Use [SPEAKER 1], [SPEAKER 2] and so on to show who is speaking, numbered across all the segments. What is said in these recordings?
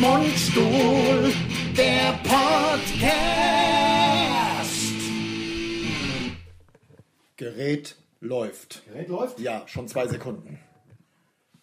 [SPEAKER 1] Mundstuhl, der Podcast. Gerät läuft.
[SPEAKER 2] Gerät läuft?
[SPEAKER 1] Ja, schon zwei Sekunden.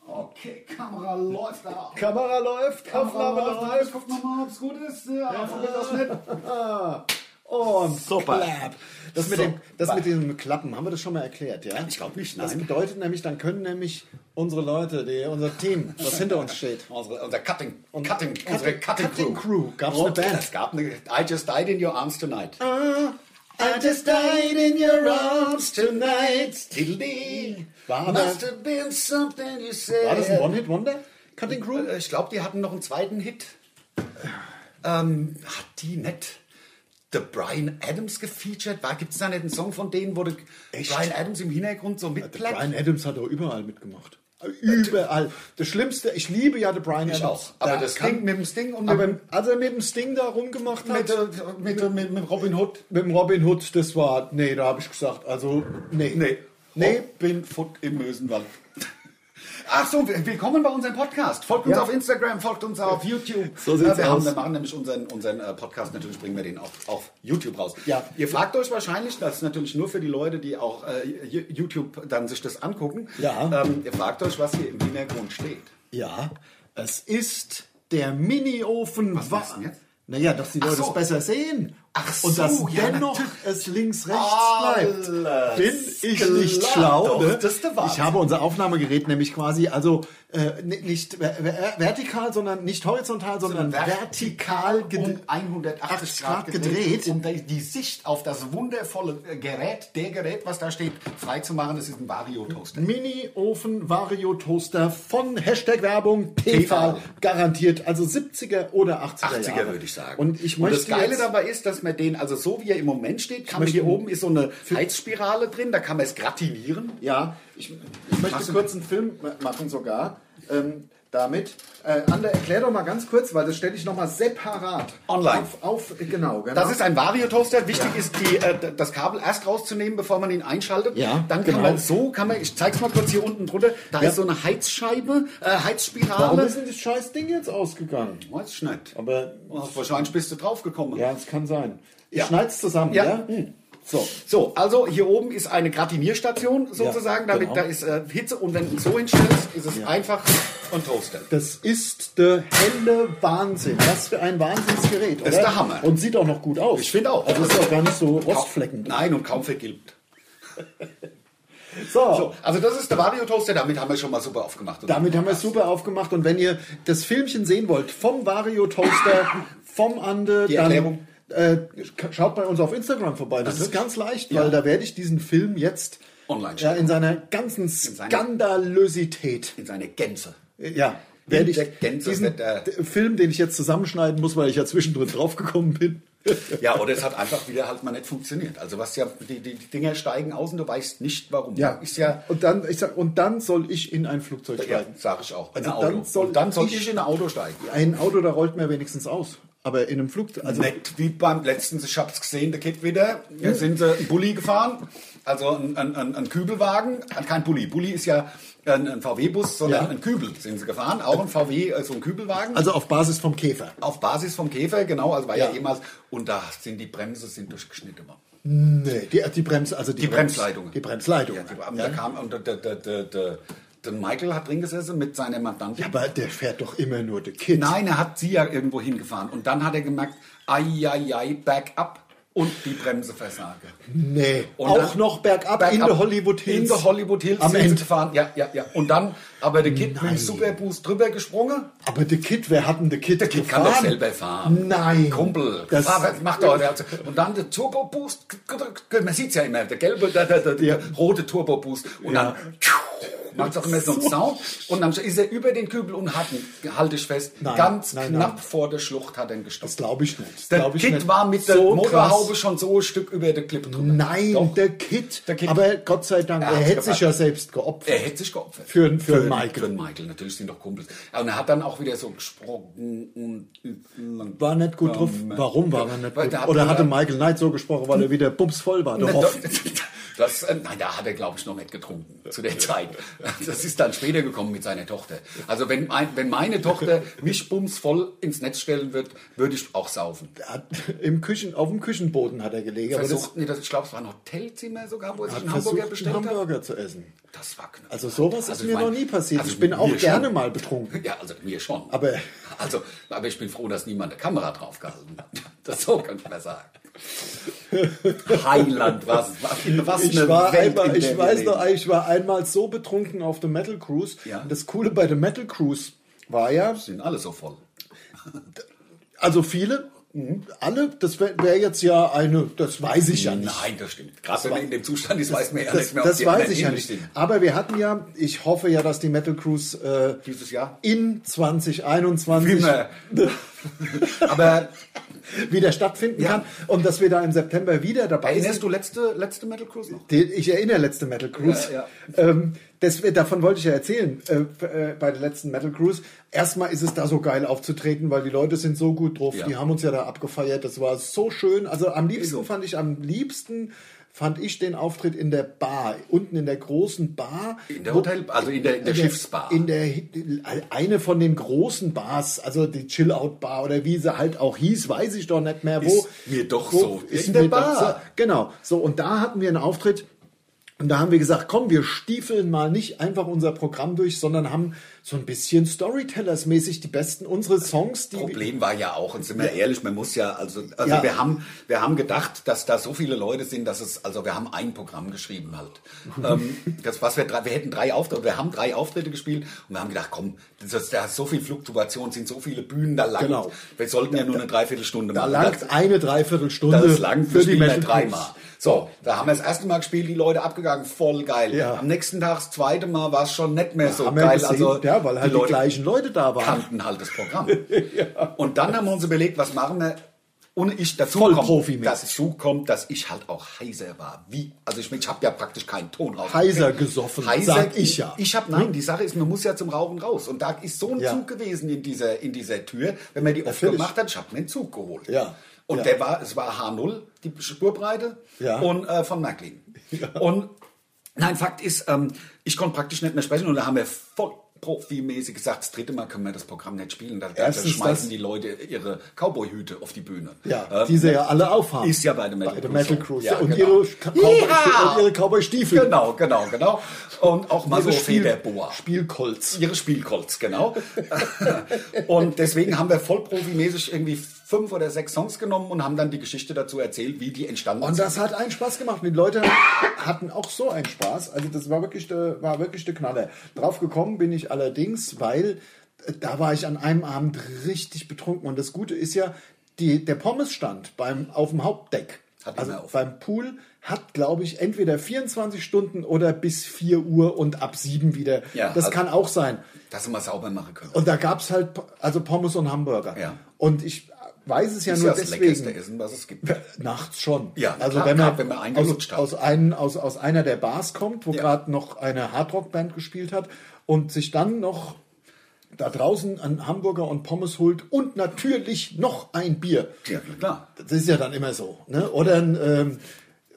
[SPEAKER 2] Okay, Kamera läuft da.
[SPEAKER 1] Kamera läuft, Aufnahme
[SPEAKER 2] Ich
[SPEAKER 1] läuft.
[SPEAKER 2] guck nochmal, ob es gut ist. Ja, aber probier das nicht.
[SPEAKER 1] Und
[SPEAKER 3] Super.
[SPEAKER 1] Klapp. Das mit,
[SPEAKER 3] Super.
[SPEAKER 1] dem, das mit diesem Klappen, haben wir das schon mal erklärt, ja?
[SPEAKER 3] Ich glaub nicht,
[SPEAKER 1] Das
[SPEAKER 3] nein.
[SPEAKER 1] bedeutet nämlich, dann können nämlich unsere Leute, die, unser Team, was hinter uns steht,
[SPEAKER 3] Unsere, unser Cutting, Cutting, unsere Cutting,
[SPEAKER 1] Cutting
[SPEAKER 3] Crew.
[SPEAKER 1] Crew. Gab's eine Band?
[SPEAKER 3] Es gab eine. I just died in your arms tonight.
[SPEAKER 1] Ah, I just died in your arms tonight.
[SPEAKER 3] Tiddly.
[SPEAKER 1] War
[SPEAKER 3] Must
[SPEAKER 1] das-
[SPEAKER 3] have been something you said.
[SPEAKER 1] War das ein One-Hit-Wonder? Cutting Crew?
[SPEAKER 3] Äh, Ich glaube, die hatten noch einen zweiten Hit. Ähm, hat die nicht The Brian Adams gefeatured? Gibt es da nicht einen Song von denen, wo der
[SPEAKER 1] Echt?
[SPEAKER 3] Brian Adams im Hintergrund so
[SPEAKER 1] Der
[SPEAKER 3] mitplätt?
[SPEAKER 1] Brian Adams hat doch überall mitgemacht. Überall. Das Schlimmste, ich liebe ja den Brian
[SPEAKER 3] Ich
[SPEAKER 1] Adams.
[SPEAKER 3] auch. Aber
[SPEAKER 1] Da
[SPEAKER 3] das
[SPEAKER 1] kann-
[SPEAKER 3] Ding mit dem Sting und mit,
[SPEAKER 1] Aber als er mit dem Sting da rumgemacht hat,
[SPEAKER 3] mit, äh, mit, mit, mit, mit Robin Hood.
[SPEAKER 1] mit dem Robin Hood, das war, nee, da habe ich gesagt, also, nee.
[SPEAKER 3] Nee. Oh.
[SPEAKER 1] Nee.
[SPEAKER 3] Robin Foot im Mösenwald. Ach so, w- willkommen bei unserem Podcast. Folgt uns
[SPEAKER 1] Ja.
[SPEAKER 3] auf Instagram, folgt uns auf YouTube.
[SPEAKER 1] So sieht's
[SPEAKER 3] Äh, wir
[SPEAKER 1] aus.
[SPEAKER 3] Haben, wir machen nämlich unseren, unseren äh, Podcast, natürlich bringen wir den auf, auf YouTube raus.
[SPEAKER 1] Ja.
[SPEAKER 3] Ihr fragt euch wahrscheinlich, das ist natürlich nur für die Leute, die auch äh, Ju- YouTube dann sich das angucken.
[SPEAKER 1] Ja.
[SPEAKER 3] Ähm, ihr fragt euch, was hier im Hintergrund steht.
[SPEAKER 1] Ja, es ist der Mini-Ofen. Was
[SPEAKER 3] ist denn jetzt?
[SPEAKER 1] Naja, dass die
[SPEAKER 3] Ach
[SPEAKER 1] Leute
[SPEAKER 3] so.
[SPEAKER 1] es besser sehen.
[SPEAKER 3] Ach so,
[SPEAKER 1] Und dass
[SPEAKER 3] ja,
[SPEAKER 1] dennoch
[SPEAKER 3] natürlich.
[SPEAKER 1] es links, rechts
[SPEAKER 3] Alles
[SPEAKER 1] bleibt. Bin ich
[SPEAKER 3] klar,
[SPEAKER 1] nicht schlau?
[SPEAKER 3] doch,
[SPEAKER 1] ne?
[SPEAKER 3] das ist der Wahnsinn.
[SPEAKER 1] ich habe unser Aufnahmegerät nämlich quasi, also äh, ni- nicht ver- ver- vertikal, sondern nicht horizontal, sondern vertikal,
[SPEAKER 3] um
[SPEAKER 1] gedreht.
[SPEAKER 3] 180
[SPEAKER 1] Grad
[SPEAKER 3] Grad,
[SPEAKER 1] gedreht.
[SPEAKER 3] gedreht, um die die Sicht auf das wundervolle äh, Gerät, der Gerät, was da steht, freizumachen. Das ist ein Vario-Toaster.
[SPEAKER 1] Mini-Ofen-Vario-Toaster von Hashtag Werbung PV,
[SPEAKER 3] TV.
[SPEAKER 1] garantiert. Also 70er oder 80er.
[SPEAKER 3] 80er
[SPEAKER 1] Jahre.
[SPEAKER 3] würde ich sagen.
[SPEAKER 1] Und ich
[SPEAKER 3] und
[SPEAKER 1] möchte
[SPEAKER 3] das Geile
[SPEAKER 1] jetzt-
[SPEAKER 3] dabei ist, dass man den, also so wie er im Moment steht, kann man
[SPEAKER 1] möchte-
[SPEAKER 3] hier oben ist so eine Heizspirale drin, da kann man es gratinieren.
[SPEAKER 1] Ja, ich, ich möchte kurz einen Film ma- machen sogar ähm, damit. Äh, Ander, erklär doch mal ganz kurz, weil das stelle ich nochmal separat.
[SPEAKER 3] Online.
[SPEAKER 1] Auf, auf genau, genau.
[SPEAKER 3] Das ist ein Vario-Toaster. Wichtig ist, die, äh, d- das Kabel erst rauszunehmen, bevor man ihn einschaltet.
[SPEAKER 1] Ja,
[SPEAKER 3] Dann kann
[SPEAKER 1] genau.
[SPEAKER 3] man so, kann man, ich zeig's mal kurz hier unten drunter, da
[SPEAKER 1] Ja.
[SPEAKER 3] ist so eine Heizscheibe, äh, Heizspirale.
[SPEAKER 1] Warum ist denn das scheiß Ding jetzt ausgegangen?
[SPEAKER 3] Weiß ich nicht.
[SPEAKER 1] Aber
[SPEAKER 3] Oh, wahrscheinlich bist du draufgekommen.
[SPEAKER 1] ja, es kann sein. Ich
[SPEAKER 3] Ja.
[SPEAKER 1] schneid's zusammen, ja?
[SPEAKER 3] Ja.
[SPEAKER 1] Hm. So.
[SPEAKER 3] So, also hier oben ist eine Gratinierstation sozusagen,
[SPEAKER 1] Ja,
[SPEAKER 3] damit
[SPEAKER 1] genau.
[SPEAKER 3] da ist äh, Hitze und wenn du es so hinstellst, ist es einfach und Toaster.
[SPEAKER 1] Das ist der helle Wahnsinn. Was für ein Wahnsinnsgerät. Das
[SPEAKER 3] ist der Hammer.
[SPEAKER 1] Und sieht auch noch gut aus.
[SPEAKER 3] Ich finde auch.
[SPEAKER 1] Also ist auch gar nicht so rostflecken.
[SPEAKER 3] Nein, und kaum vergilbt.
[SPEAKER 1] So.
[SPEAKER 3] So, also das ist der Vario Toaster, damit haben wir schon mal super aufgemacht. oder?
[SPEAKER 1] Damit haben wir es super aufgemacht. Und wenn ihr das Filmchen sehen wollt vom Vario Toaster, vom Ande,
[SPEAKER 3] Die
[SPEAKER 1] dann
[SPEAKER 3] Erklärung.
[SPEAKER 1] äh, schaut bei uns auf Instagram vorbei. Das ist ganz leicht, weil da werde ich diesen Film jetzt
[SPEAKER 3] Online
[SPEAKER 1] ja,
[SPEAKER 3] stellen.
[SPEAKER 1] in seiner ganzen
[SPEAKER 3] seiner-
[SPEAKER 1] Skandalösität,
[SPEAKER 3] In seine Gänze.
[SPEAKER 1] äh, ja, werde ich
[SPEAKER 3] der Gänse
[SPEAKER 1] diesen
[SPEAKER 3] wird, äh,
[SPEAKER 1] d- Film, den ich jetzt zusammenschneiden muss, weil ich ja zwischendrin draufgekommen bin.
[SPEAKER 3] Ja, oder es hat einfach wieder halt mal nicht funktioniert. Also was ja, die, die Dinger steigen aus und du weißt nicht warum. Ist ja,
[SPEAKER 1] und dann ich sag, und dann soll ich in ein Flugzeug
[SPEAKER 3] ja
[SPEAKER 1] steigen.
[SPEAKER 3] sag ich auch, in
[SPEAKER 1] Also
[SPEAKER 3] ein
[SPEAKER 1] dann
[SPEAKER 3] Auto.
[SPEAKER 1] soll
[SPEAKER 3] und dann soll
[SPEAKER 1] ich-
[SPEAKER 3] ich, in ein Auto steigen.
[SPEAKER 1] Ein Auto, da rollt mir wenigstens aus, aber in einem Flugzeug. Also
[SPEAKER 3] Nicht wie beim letzten, ich hab's gesehen, der Kid wieder. Wir sind äh, einen Bulli gefahren, also ein, ein, ein, ein Kübelwagen, hat kein Bulli. Bulli ist ja ein, ein VW-Bus, sondern
[SPEAKER 1] Ja.
[SPEAKER 3] ein Kübel sind sie gefahren, auch ein VW, äh, so ein Kübelwagen.
[SPEAKER 1] also auf Basis vom Käfer.
[SPEAKER 3] auf Basis vom Käfer, genau, also war ja,
[SPEAKER 1] Ja.
[SPEAKER 3] ehemals. Und da sind die Bremse sind durchgeschnitten worden.
[SPEAKER 1] Nee, die, die Brems, also die,
[SPEAKER 3] Die
[SPEAKER 1] Brems-
[SPEAKER 3] Bremsleitungen.
[SPEAKER 1] Die Bremsleitung.
[SPEAKER 3] Ja, die, Da kam und der, der, der, der, der, der Michael hat drin gesessen mit seiner Mandantin.
[SPEAKER 1] Aber der fährt doch immer nur der Kind.
[SPEAKER 3] Nein, er hat sie ja irgendwo hingefahren. Und dann hat er gemerkt, ai, ai, ai, back up und die Bremse versage.
[SPEAKER 1] Nee.
[SPEAKER 3] Und
[SPEAKER 1] auch
[SPEAKER 3] dann-
[SPEAKER 1] noch bergab,
[SPEAKER 3] Bergab
[SPEAKER 1] in der Hollywood Hills.
[SPEAKER 3] In der Hollywood Hills
[SPEAKER 1] Am
[SPEAKER 3] sind sie
[SPEAKER 1] Ende.
[SPEAKER 3] gefahren. Ja, ja, ja. Und dann, aber der Kid mit
[SPEAKER 1] Nein.
[SPEAKER 3] dem Superboost drüber gesprungen.
[SPEAKER 1] Aber der Kid, wer hat denn der Kid Der
[SPEAKER 3] Kid kann doch selber fahren.
[SPEAKER 1] Nein.
[SPEAKER 3] Kumpel,
[SPEAKER 1] Das,
[SPEAKER 3] fahr, mach doch. Der hat- Und dann der Turbo Boost. Man sieht's ja immer, der gelbe, der, der, der, der rote Turbo Boost. Und dann
[SPEAKER 1] Ja.
[SPEAKER 3] macht auch immer so einen Sound. Und dann ist er über den Kübel und hat, ihn, halte ich fest,
[SPEAKER 1] Nein,
[SPEAKER 3] ganz
[SPEAKER 1] nein,
[SPEAKER 3] knapp
[SPEAKER 1] nein.
[SPEAKER 3] vor der Schlucht hat er ihn gestoppt.
[SPEAKER 1] das glaube ich nicht. Das
[SPEAKER 3] Der
[SPEAKER 1] glaub ich
[SPEAKER 3] Kid
[SPEAKER 1] nicht.
[SPEAKER 3] war mit der
[SPEAKER 1] So
[SPEAKER 3] Motorhaube
[SPEAKER 1] krass.
[SPEAKER 3] schon so ein Stück über der Klippe drüber.
[SPEAKER 1] Nein,
[SPEAKER 3] Doch.
[SPEAKER 1] der Kid.
[SPEAKER 3] Der Kid.
[SPEAKER 1] Aber Gott sei Dank,
[SPEAKER 3] Er
[SPEAKER 1] er,
[SPEAKER 3] hat's
[SPEAKER 1] hätte sich
[SPEAKER 3] gemacht.
[SPEAKER 1] ja selbst geopfert.
[SPEAKER 3] Er hätte sich geopfert.
[SPEAKER 1] Für den- für den Michael.
[SPEAKER 3] Für den Michael, natürlich sind doch Kumpels. Und er hat dann auch wieder so gesprochen. und- und-
[SPEAKER 1] war nicht gut drauf. Warum war er nicht
[SPEAKER 3] Ähm, Weil
[SPEAKER 1] gut
[SPEAKER 3] da hat Hm.
[SPEAKER 1] Oder
[SPEAKER 3] man-
[SPEAKER 1] hatte Michael Knight so gesprochen, weil er wieder bumsvoll war? Der Hoff.
[SPEAKER 3] Das, äh, nein, da hat er, glaube ich, noch nicht getrunken zu der Zeit. Das ist dann später gekommen mit seiner Tochter. Also wenn, mein, wenn meine Tochter mich bumsvoll ins Netz stellen wird, würde ich auch saufen.
[SPEAKER 1] Er Hat, im Küchen, auf dem Küchenboden hat er gelegen. aber
[SPEAKER 3] Versucht, nee, das, ich glaube, es war ein Hotelzimmer sogar, wo er
[SPEAKER 1] das
[SPEAKER 3] sich
[SPEAKER 1] hat
[SPEAKER 3] einen Hamburger
[SPEAKER 1] versucht, einen
[SPEAKER 3] bestellt hat.
[SPEAKER 1] Hamburger zu essen.
[SPEAKER 3] Das war knapp.
[SPEAKER 1] Also sowas
[SPEAKER 3] Also
[SPEAKER 1] ist
[SPEAKER 3] ich
[SPEAKER 1] mir
[SPEAKER 3] mein-
[SPEAKER 1] noch nie passiert.
[SPEAKER 3] also
[SPEAKER 1] ich bin auch
[SPEAKER 3] mir
[SPEAKER 1] gerne
[SPEAKER 3] schon.
[SPEAKER 1] mal betrunken.
[SPEAKER 3] Ja, also mir schon.
[SPEAKER 1] Aber-
[SPEAKER 3] also, aber ich bin froh, dass niemand eine Kamera draufgehalten hat. Das so könnte man sagen. Heiland, was, was, in was
[SPEAKER 1] Ich
[SPEAKER 3] eine
[SPEAKER 1] war
[SPEAKER 3] Welt, in
[SPEAKER 1] einmal,
[SPEAKER 3] der
[SPEAKER 1] ich
[SPEAKER 3] wir
[SPEAKER 1] weiß
[SPEAKER 3] leben.
[SPEAKER 1] noch, ich war einmal so betrunken auf dem Metal Cruise.
[SPEAKER 3] Ja.
[SPEAKER 1] Und das Coole bei dem Metal Cruise war ja,
[SPEAKER 3] sind alle so voll.
[SPEAKER 1] also viele,
[SPEAKER 3] Mhm.
[SPEAKER 1] mh, alle, das wäre wär jetzt ja eine, das weiß ich ja nicht.
[SPEAKER 3] Nein, das stimmt. Gerade wenn man in dem Zustand ist, weiß man ja
[SPEAKER 1] Das,
[SPEAKER 3] nicht mehr,
[SPEAKER 1] das
[SPEAKER 3] die
[SPEAKER 1] weiß
[SPEAKER 3] anderen
[SPEAKER 1] ich ja
[SPEAKER 3] ähnlich
[SPEAKER 1] nicht.
[SPEAKER 3] sind.
[SPEAKER 1] Aber wir hatten ja, ich hoffe ja, dass die Metal Cruise äh,
[SPEAKER 3] Dieses Jahr?
[SPEAKER 1] in 2021
[SPEAKER 3] Immer. Aber
[SPEAKER 1] wieder stattfinden
[SPEAKER 3] Ja.
[SPEAKER 1] kann und dass wir da im September wieder dabei
[SPEAKER 3] erinnerst
[SPEAKER 1] sind.
[SPEAKER 3] du letzte, letzte Metal Cruise noch?
[SPEAKER 1] Den, ich erinnere letzte Metal Cruise.
[SPEAKER 3] Ja,
[SPEAKER 1] Ähm, das, davon wollte ich ja erzählen äh, f- äh, bei der letzten Metal Cruise. Erstmal ist es da so geil aufzutreten, weil die Leute sind so gut drauf.
[SPEAKER 3] Ja.
[SPEAKER 1] Die haben uns ja da abgefeiert. Das war so schön. Also am liebsten
[SPEAKER 3] so.
[SPEAKER 1] fand ich am liebsten fand ich den Auftritt in der Bar unten in der großen Bar.
[SPEAKER 3] In der
[SPEAKER 1] Wo-
[SPEAKER 3] Hotel, also in der, in der Schiffsbar.
[SPEAKER 1] in der, eine von den großen Bars, also die Chill-Out-Bar oder wie sie halt auch hieß, weiß ich doch nicht mehr wo.
[SPEAKER 3] Ist mir doch
[SPEAKER 1] wo
[SPEAKER 3] so.
[SPEAKER 1] Ist
[SPEAKER 3] In
[SPEAKER 1] mir
[SPEAKER 3] der
[SPEAKER 1] doch so.
[SPEAKER 3] Bar.
[SPEAKER 1] Genau. So, und da hatten wir einen Auftritt. Und da haben wir gesagt, komm, wir stiefeln mal nicht einfach unser Programm durch, sondern haben so ein bisschen Storytellers-mäßig die besten unsere Songs, die
[SPEAKER 3] Problem war ja auch, und sind wir ehrlich, man muss ja, also, also
[SPEAKER 1] Ja.
[SPEAKER 3] wir haben, wir haben gedacht, dass da so viele Leute sind, dass es, also wir haben ein Programm geschrieben halt. ähm, das, was wir, drei, wir hätten drei Auftritte, wir haben drei Auftritte gespielt und wir haben gedacht, komm, das, da ist so viel Fluktuation, sind so viele Bühnen, da lang.
[SPEAKER 1] Genau.
[SPEAKER 3] Wir sollten ja nur eine Dreiviertelstunde
[SPEAKER 1] da
[SPEAKER 3] machen.
[SPEAKER 1] langt eine Dreiviertelstunde
[SPEAKER 3] Das langt für die Männer
[SPEAKER 1] Metal Crews.
[SPEAKER 3] dreimal. So, da haben wir das erste Mal gespielt, die Leute abgegangen, voll geil.
[SPEAKER 1] Ja.
[SPEAKER 3] Am nächsten Tag, das zweite Mal, war es schon nicht mehr so
[SPEAKER 1] haben wir
[SPEAKER 3] geil.
[SPEAKER 1] gesehen,
[SPEAKER 3] also
[SPEAKER 1] ja, weil halt die, gleichen Leute da waren.
[SPEAKER 3] kannten halt das Programm. Und dann haben wir uns überlegt, was machen wir, ohne ich dazu
[SPEAKER 1] Voll
[SPEAKER 3] komme,
[SPEAKER 1] profimäßig.
[SPEAKER 3] dass zukommt, dass ich halt auch heiser war. Wie? Also ich, ich habe ja praktisch keinen Ton raus.
[SPEAKER 1] Heiser gesoffen, sag ich ja.
[SPEAKER 3] Ich habe nein, die Sache ist, man muss ja zum Rauchen raus. Und da ist so ein
[SPEAKER 1] Ja.
[SPEAKER 3] Zug gewesen in dieser, in dieser Tür, wenn man die oft
[SPEAKER 1] Natürlich.
[SPEAKER 3] gemacht hat, ich habe mir einen Zug geholt.
[SPEAKER 1] Ja.
[SPEAKER 3] Und
[SPEAKER 1] Ja.
[SPEAKER 3] der war, es war H0, die Spurbreite
[SPEAKER 1] Ja.
[SPEAKER 3] und äh, von Märklin. Und nein, Fakt ist, ähm, ich konnte praktisch nicht mehr sprechen und da haben wir voll profimäßig gesagt, das dritte Mal können wir das Programm nicht spielen. Da, da
[SPEAKER 1] Erstens
[SPEAKER 3] schmeißen
[SPEAKER 1] das-
[SPEAKER 3] die Leute ihre Cowboy-Hüte auf die Bühne.
[SPEAKER 1] Ja,
[SPEAKER 3] Ähm,
[SPEAKER 1] die sie ja alle aufhaben.
[SPEAKER 3] Ist ja bei der Metal
[SPEAKER 1] bei
[SPEAKER 3] Cruise
[SPEAKER 1] der Metal
[SPEAKER 3] so.
[SPEAKER 1] Cruise.
[SPEAKER 3] Ja,
[SPEAKER 1] und,
[SPEAKER 3] genau.
[SPEAKER 1] ihre Cowboy,
[SPEAKER 3] Yeehaw!
[SPEAKER 1] und ihre Cowboy-Stiefel.
[SPEAKER 3] Genau, Also genau, genau. Und auch mal
[SPEAKER 1] Ihre
[SPEAKER 3] so
[SPEAKER 1] Spiel-
[SPEAKER 3] Federboa.
[SPEAKER 1] Spielkolz.
[SPEAKER 3] Ihre Spielkolz, genau. und deswegen haben wir voll profimäßig irgendwie fünf oder sechs Songs genommen und haben dann die Geschichte dazu erzählt, wie die entstanden
[SPEAKER 1] Und
[SPEAKER 3] sind.
[SPEAKER 1] das hat einen Spaß gemacht. Und die Leute hatten auch so einen Spaß. Also das war wirklich der, war wirklich der Knaller. Drauf gekommen bin ich allerdings, weil äh, da war ich an einem Abend richtig betrunken. Und das Gute ist ja, die, der Pommesstand beim, auf dem Hauptdeck,
[SPEAKER 3] Hat
[SPEAKER 1] also
[SPEAKER 3] immer auf.
[SPEAKER 1] beim Pool, hat, glaube ich, entweder 24 Stunden oder bis 4 Uhr und ab 7 wieder.
[SPEAKER 3] Ja,
[SPEAKER 1] das
[SPEAKER 3] also-
[SPEAKER 1] kann auch sein.
[SPEAKER 3] Dass wir mal sauber machen können.
[SPEAKER 1] Und da gab es halt also Pommes und Hamburger.
[SPEAKER 3] Ja.
[SPEAKER 1] Und ich weiß es ja
[SPEAKER 3] das ist
[SPEAKER 1] nur
[SPEAKER 3] ja das leckerste
[SPEAKER 1] deswegen.
[SPEAKER 3] Essen, was es gibt.
[SPEAKER 1] Nachts schon.
[SPEAKER 3] Ja,
[SPEAKER 1] also
[SPEAKER 3] klar,
[SPEAKER 1] wenn man,
[SPEAKER 3] klar, wenn man
[SPEAKER 1] aus,
[SPEAKER 3] eingelutscht hat.
[SPEAKER 1] aus, einen, aus, aus einer der Bars kommt, wo
[SPEAKER 3] Ja.
[SPEAKER 1] gerade noch eine Hardrock-Band gespielt hat und sich dann noch da draußen einen Hamburger und Pommes holt und natürlich noch ein Bier.
[SPEAKER 3] Ja, klar.
[SPEAKER 1] Das ist ja dann immer so. Ne? Oder ein, ähm,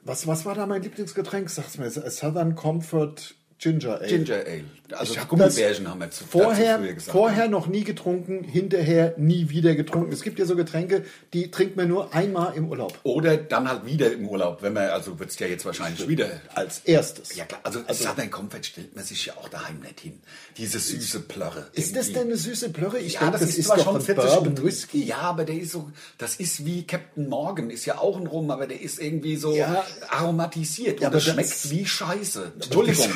[SPEAKER 1] was, was war da mein Lieblingsgetränk? Sag's mir, Southern Comfort Ginger Ale.
[SPEAKER 3] Ginger Ale. Also
[SPEAKER 1] Ich hab
[SPEAKER 3] Gummibärchen
[SPEAKER 1] das
[SPEAKER 3] haben wir zu,
[SPEAKER 1] vorher,
[SPEAKER 3] dazu früher gesagt. ne?
[SPEAKER 1] vorher noch nie getrunken, hinterher nie wieder getrunken. Es gibt ja so Getränke, die trinkt man nur einmal im Urlaub.
[SPEAKER 3] Oder dann halt wieder im Urlaub, wenn man, also wird es ja jetzt wahrscheinlich wieder
[SPEAKER 1] Als erstes.
[SPEAKER 3] Ja, klar. Also, Southern Comfort stellt man sich ja auch daheim nicht hin. Diese süße Plörre.
[SPEAKER 1] Ist das denn eine süße Plörre? Ich
[SPEAKER 3] Ja,
[SPEAKER 1] denke,
[SPEAKER 3] das,
[SPEAKER 1] das,
[SPEAKER 3] ist,
[SPEAKER 1] ist
[SPEAKER 3] zwar
[SPEAKER 1] doch
[SPEAKER 3] schon
[SPEAKER 1] ein
[SPEAKER 3] 40
[SPEAKER 1] Bourbon
[SPEAKER 3] Stunden-
[SPEAKER 1] Whisky.
[SPEAKER 3] Ja, aber der ist so, das ist wie Captain Morgan, ist ja auch ein Rum, aber der ist irgendwie so
[SPEAKER 1] Ja.
[SPEAKER 3] aromatisiert
[SPEAKER 1] Ja,
[SPEAKER 3] und
[SPEAKER 1] aber
[SPEAKER 3] es schmeckt
[SPEAKER 1] das-
[SPEAKER 3] wie Scheiße. Entschuldigung,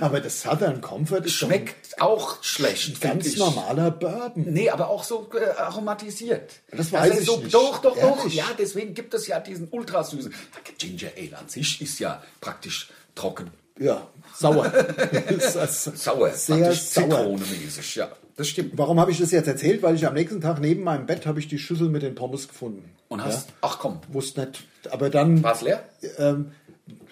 [SPEAKER 1] Aber das Southern Comfort ist doch ein
[SPEAKER 3] schmeckt auch schlecht. find
[SPEAKER 1] ganz
[SPEAKER 3] ich.
[SPEAKER 1] normaler Bourbon.
[SPEAKER 3] Nee, aber auch so äh, aromatisiert.
[SPEAKER 1] Das
[SPEAKER 3] war
[SPEAKER 1] weiß ich
[SPEAKER 3] so,
[SPEAKER 1] nicht.
[SPEAKER 3] Doch, doch, doch.
[SPEAKER 1] Ehrlich?
[SPEAKER 3] Ja, deswegen gibt es ja diesen ultrasüßen. Ginger Ale an sich ist ja praktisch trocken.
[SPEAKER 1] Ja, sauer. Ist das
[SPEAKER 3] Sauer.
[SPEAKER 1] Sehr
[SPEAKER 3] praktisch
[SPEAKER 1] sauer.
[SPEAKER 3] Zitronemäßig, ja. Das stimmt.
[SPEAKER 1] Warum habe ich das jetzt erzählt? Weil ich am nächsten Tag neben meinem Bett habe ich die Schüssel mit den Pommes gefunden.
[SPEAKER 3] Und hast, ach komm,
[SPEAKER 1] Wusste nicht. Aber dann
[SPEAKER 3] war's leer?
[SPEAKER 1] ähm,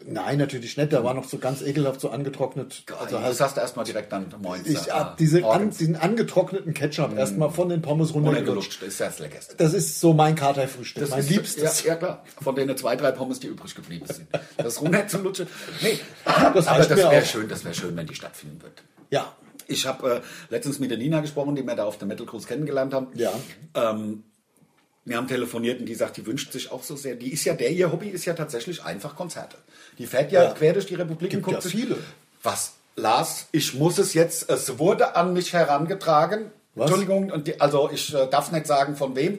[SPEAKER 1] Nein, natürlich nicht. Da war noch so ganz ekelhaft so angetrocknet. halt
[SPEAKER 3] Also das hast du erstmal direkt dann Moin.
[SPEAKER 1] Ich hab diese an, diesen angetrockneten
[SPEAKER 3] Mhm.
[SPEAKER 1] Ketchup erstmal von den Pommes runtergelutscht.
[SPEAKER 3] gelutscht, ist das Leckerste.
[SPEAKER 1] Das ist so mein Katerfrühstück, mein
[SPEAKER 3] ist-
[SPEAKER 1] Liebstes.
[SPEAKER 3] Ja, ja, klar. Von denen zwei, drei Pommes, die übrig geblieben sind. Das runter zum Lutschen. Nee,
[SPEAKER 1] Das
[SPEAKER 3] aber
[SPEAKER 1] reicht
[SPEAKER 3] das
[SPEAKER 1] mir
[SPEAKER 3] wäre
[SPEAKER 1] auch.
[SPEAKER 3] schön, das wäre schön, wenn die stattfinden wird.
[SPEAKER 1] Ja.
[SPEAKER 3] Ich habe äh, letztens mit der Nina gesprochen, die wir da auf der Metal Cruise kennengelernt haben.
[SPEAKER 1] Ja.
[SPEAKER 3] Ähm, wir haben telefoniert und die sagt, die wünscht sich auch so sehr. Die ist ja der, ihr Hobby ist ja tatsächlich einfach Konzerte. Die fährt ja,
[SPEAKER 1] Ja.
[SPEAKER 3] quer durch die Republik
[SPEAKER 1] Gibt ja
[SPEAKER 3] sich-
[SPEAKER 1] viele.
[SPEAKER 3] Was, Lars, ich muss es jetzt, es wurde an mich herangetragen.
[SPEAKER 1] Was?
[SPEAKER 3] Entschuldigung, und die, also ich äh, darf nicht sagen von wem,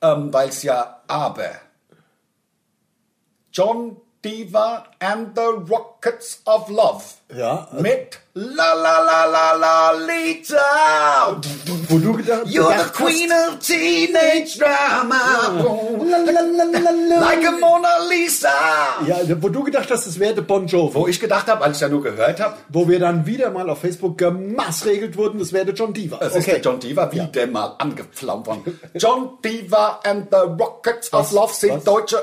[SPEAKER 3] ähm, weil es ja aber John Diva and the Rockets of Love.
[SPEAKER 1] Ja.
[SPEAKER 3] Mit La La La La La Lita.
[SPEAKER 1] Wo du gedacht,
[SPEAKER 3] You're the
[SPEAKER 1] gedacht
[SPEAKER 3] queen of teenage drama. Like a Mona Lisa.
[SPEAKER 1] hast, ja, wo du gedacht hast, es wäre Bon Jovi.
[SPEAKER 3] Wo ich gedacht habe, als ich ja nur gehört habe,
[SPEAKER 1] Wo wir dann wieder mal auf Facebook gemaßregelt wurden, das wäre John Diva.
[SPEAKER 3] es ist der John Diva wieder mal angeflammt worden. John Diva and the Rockets of Love sind
[SPEAKER 1] Was?
[SPEAKER 3] deutsche...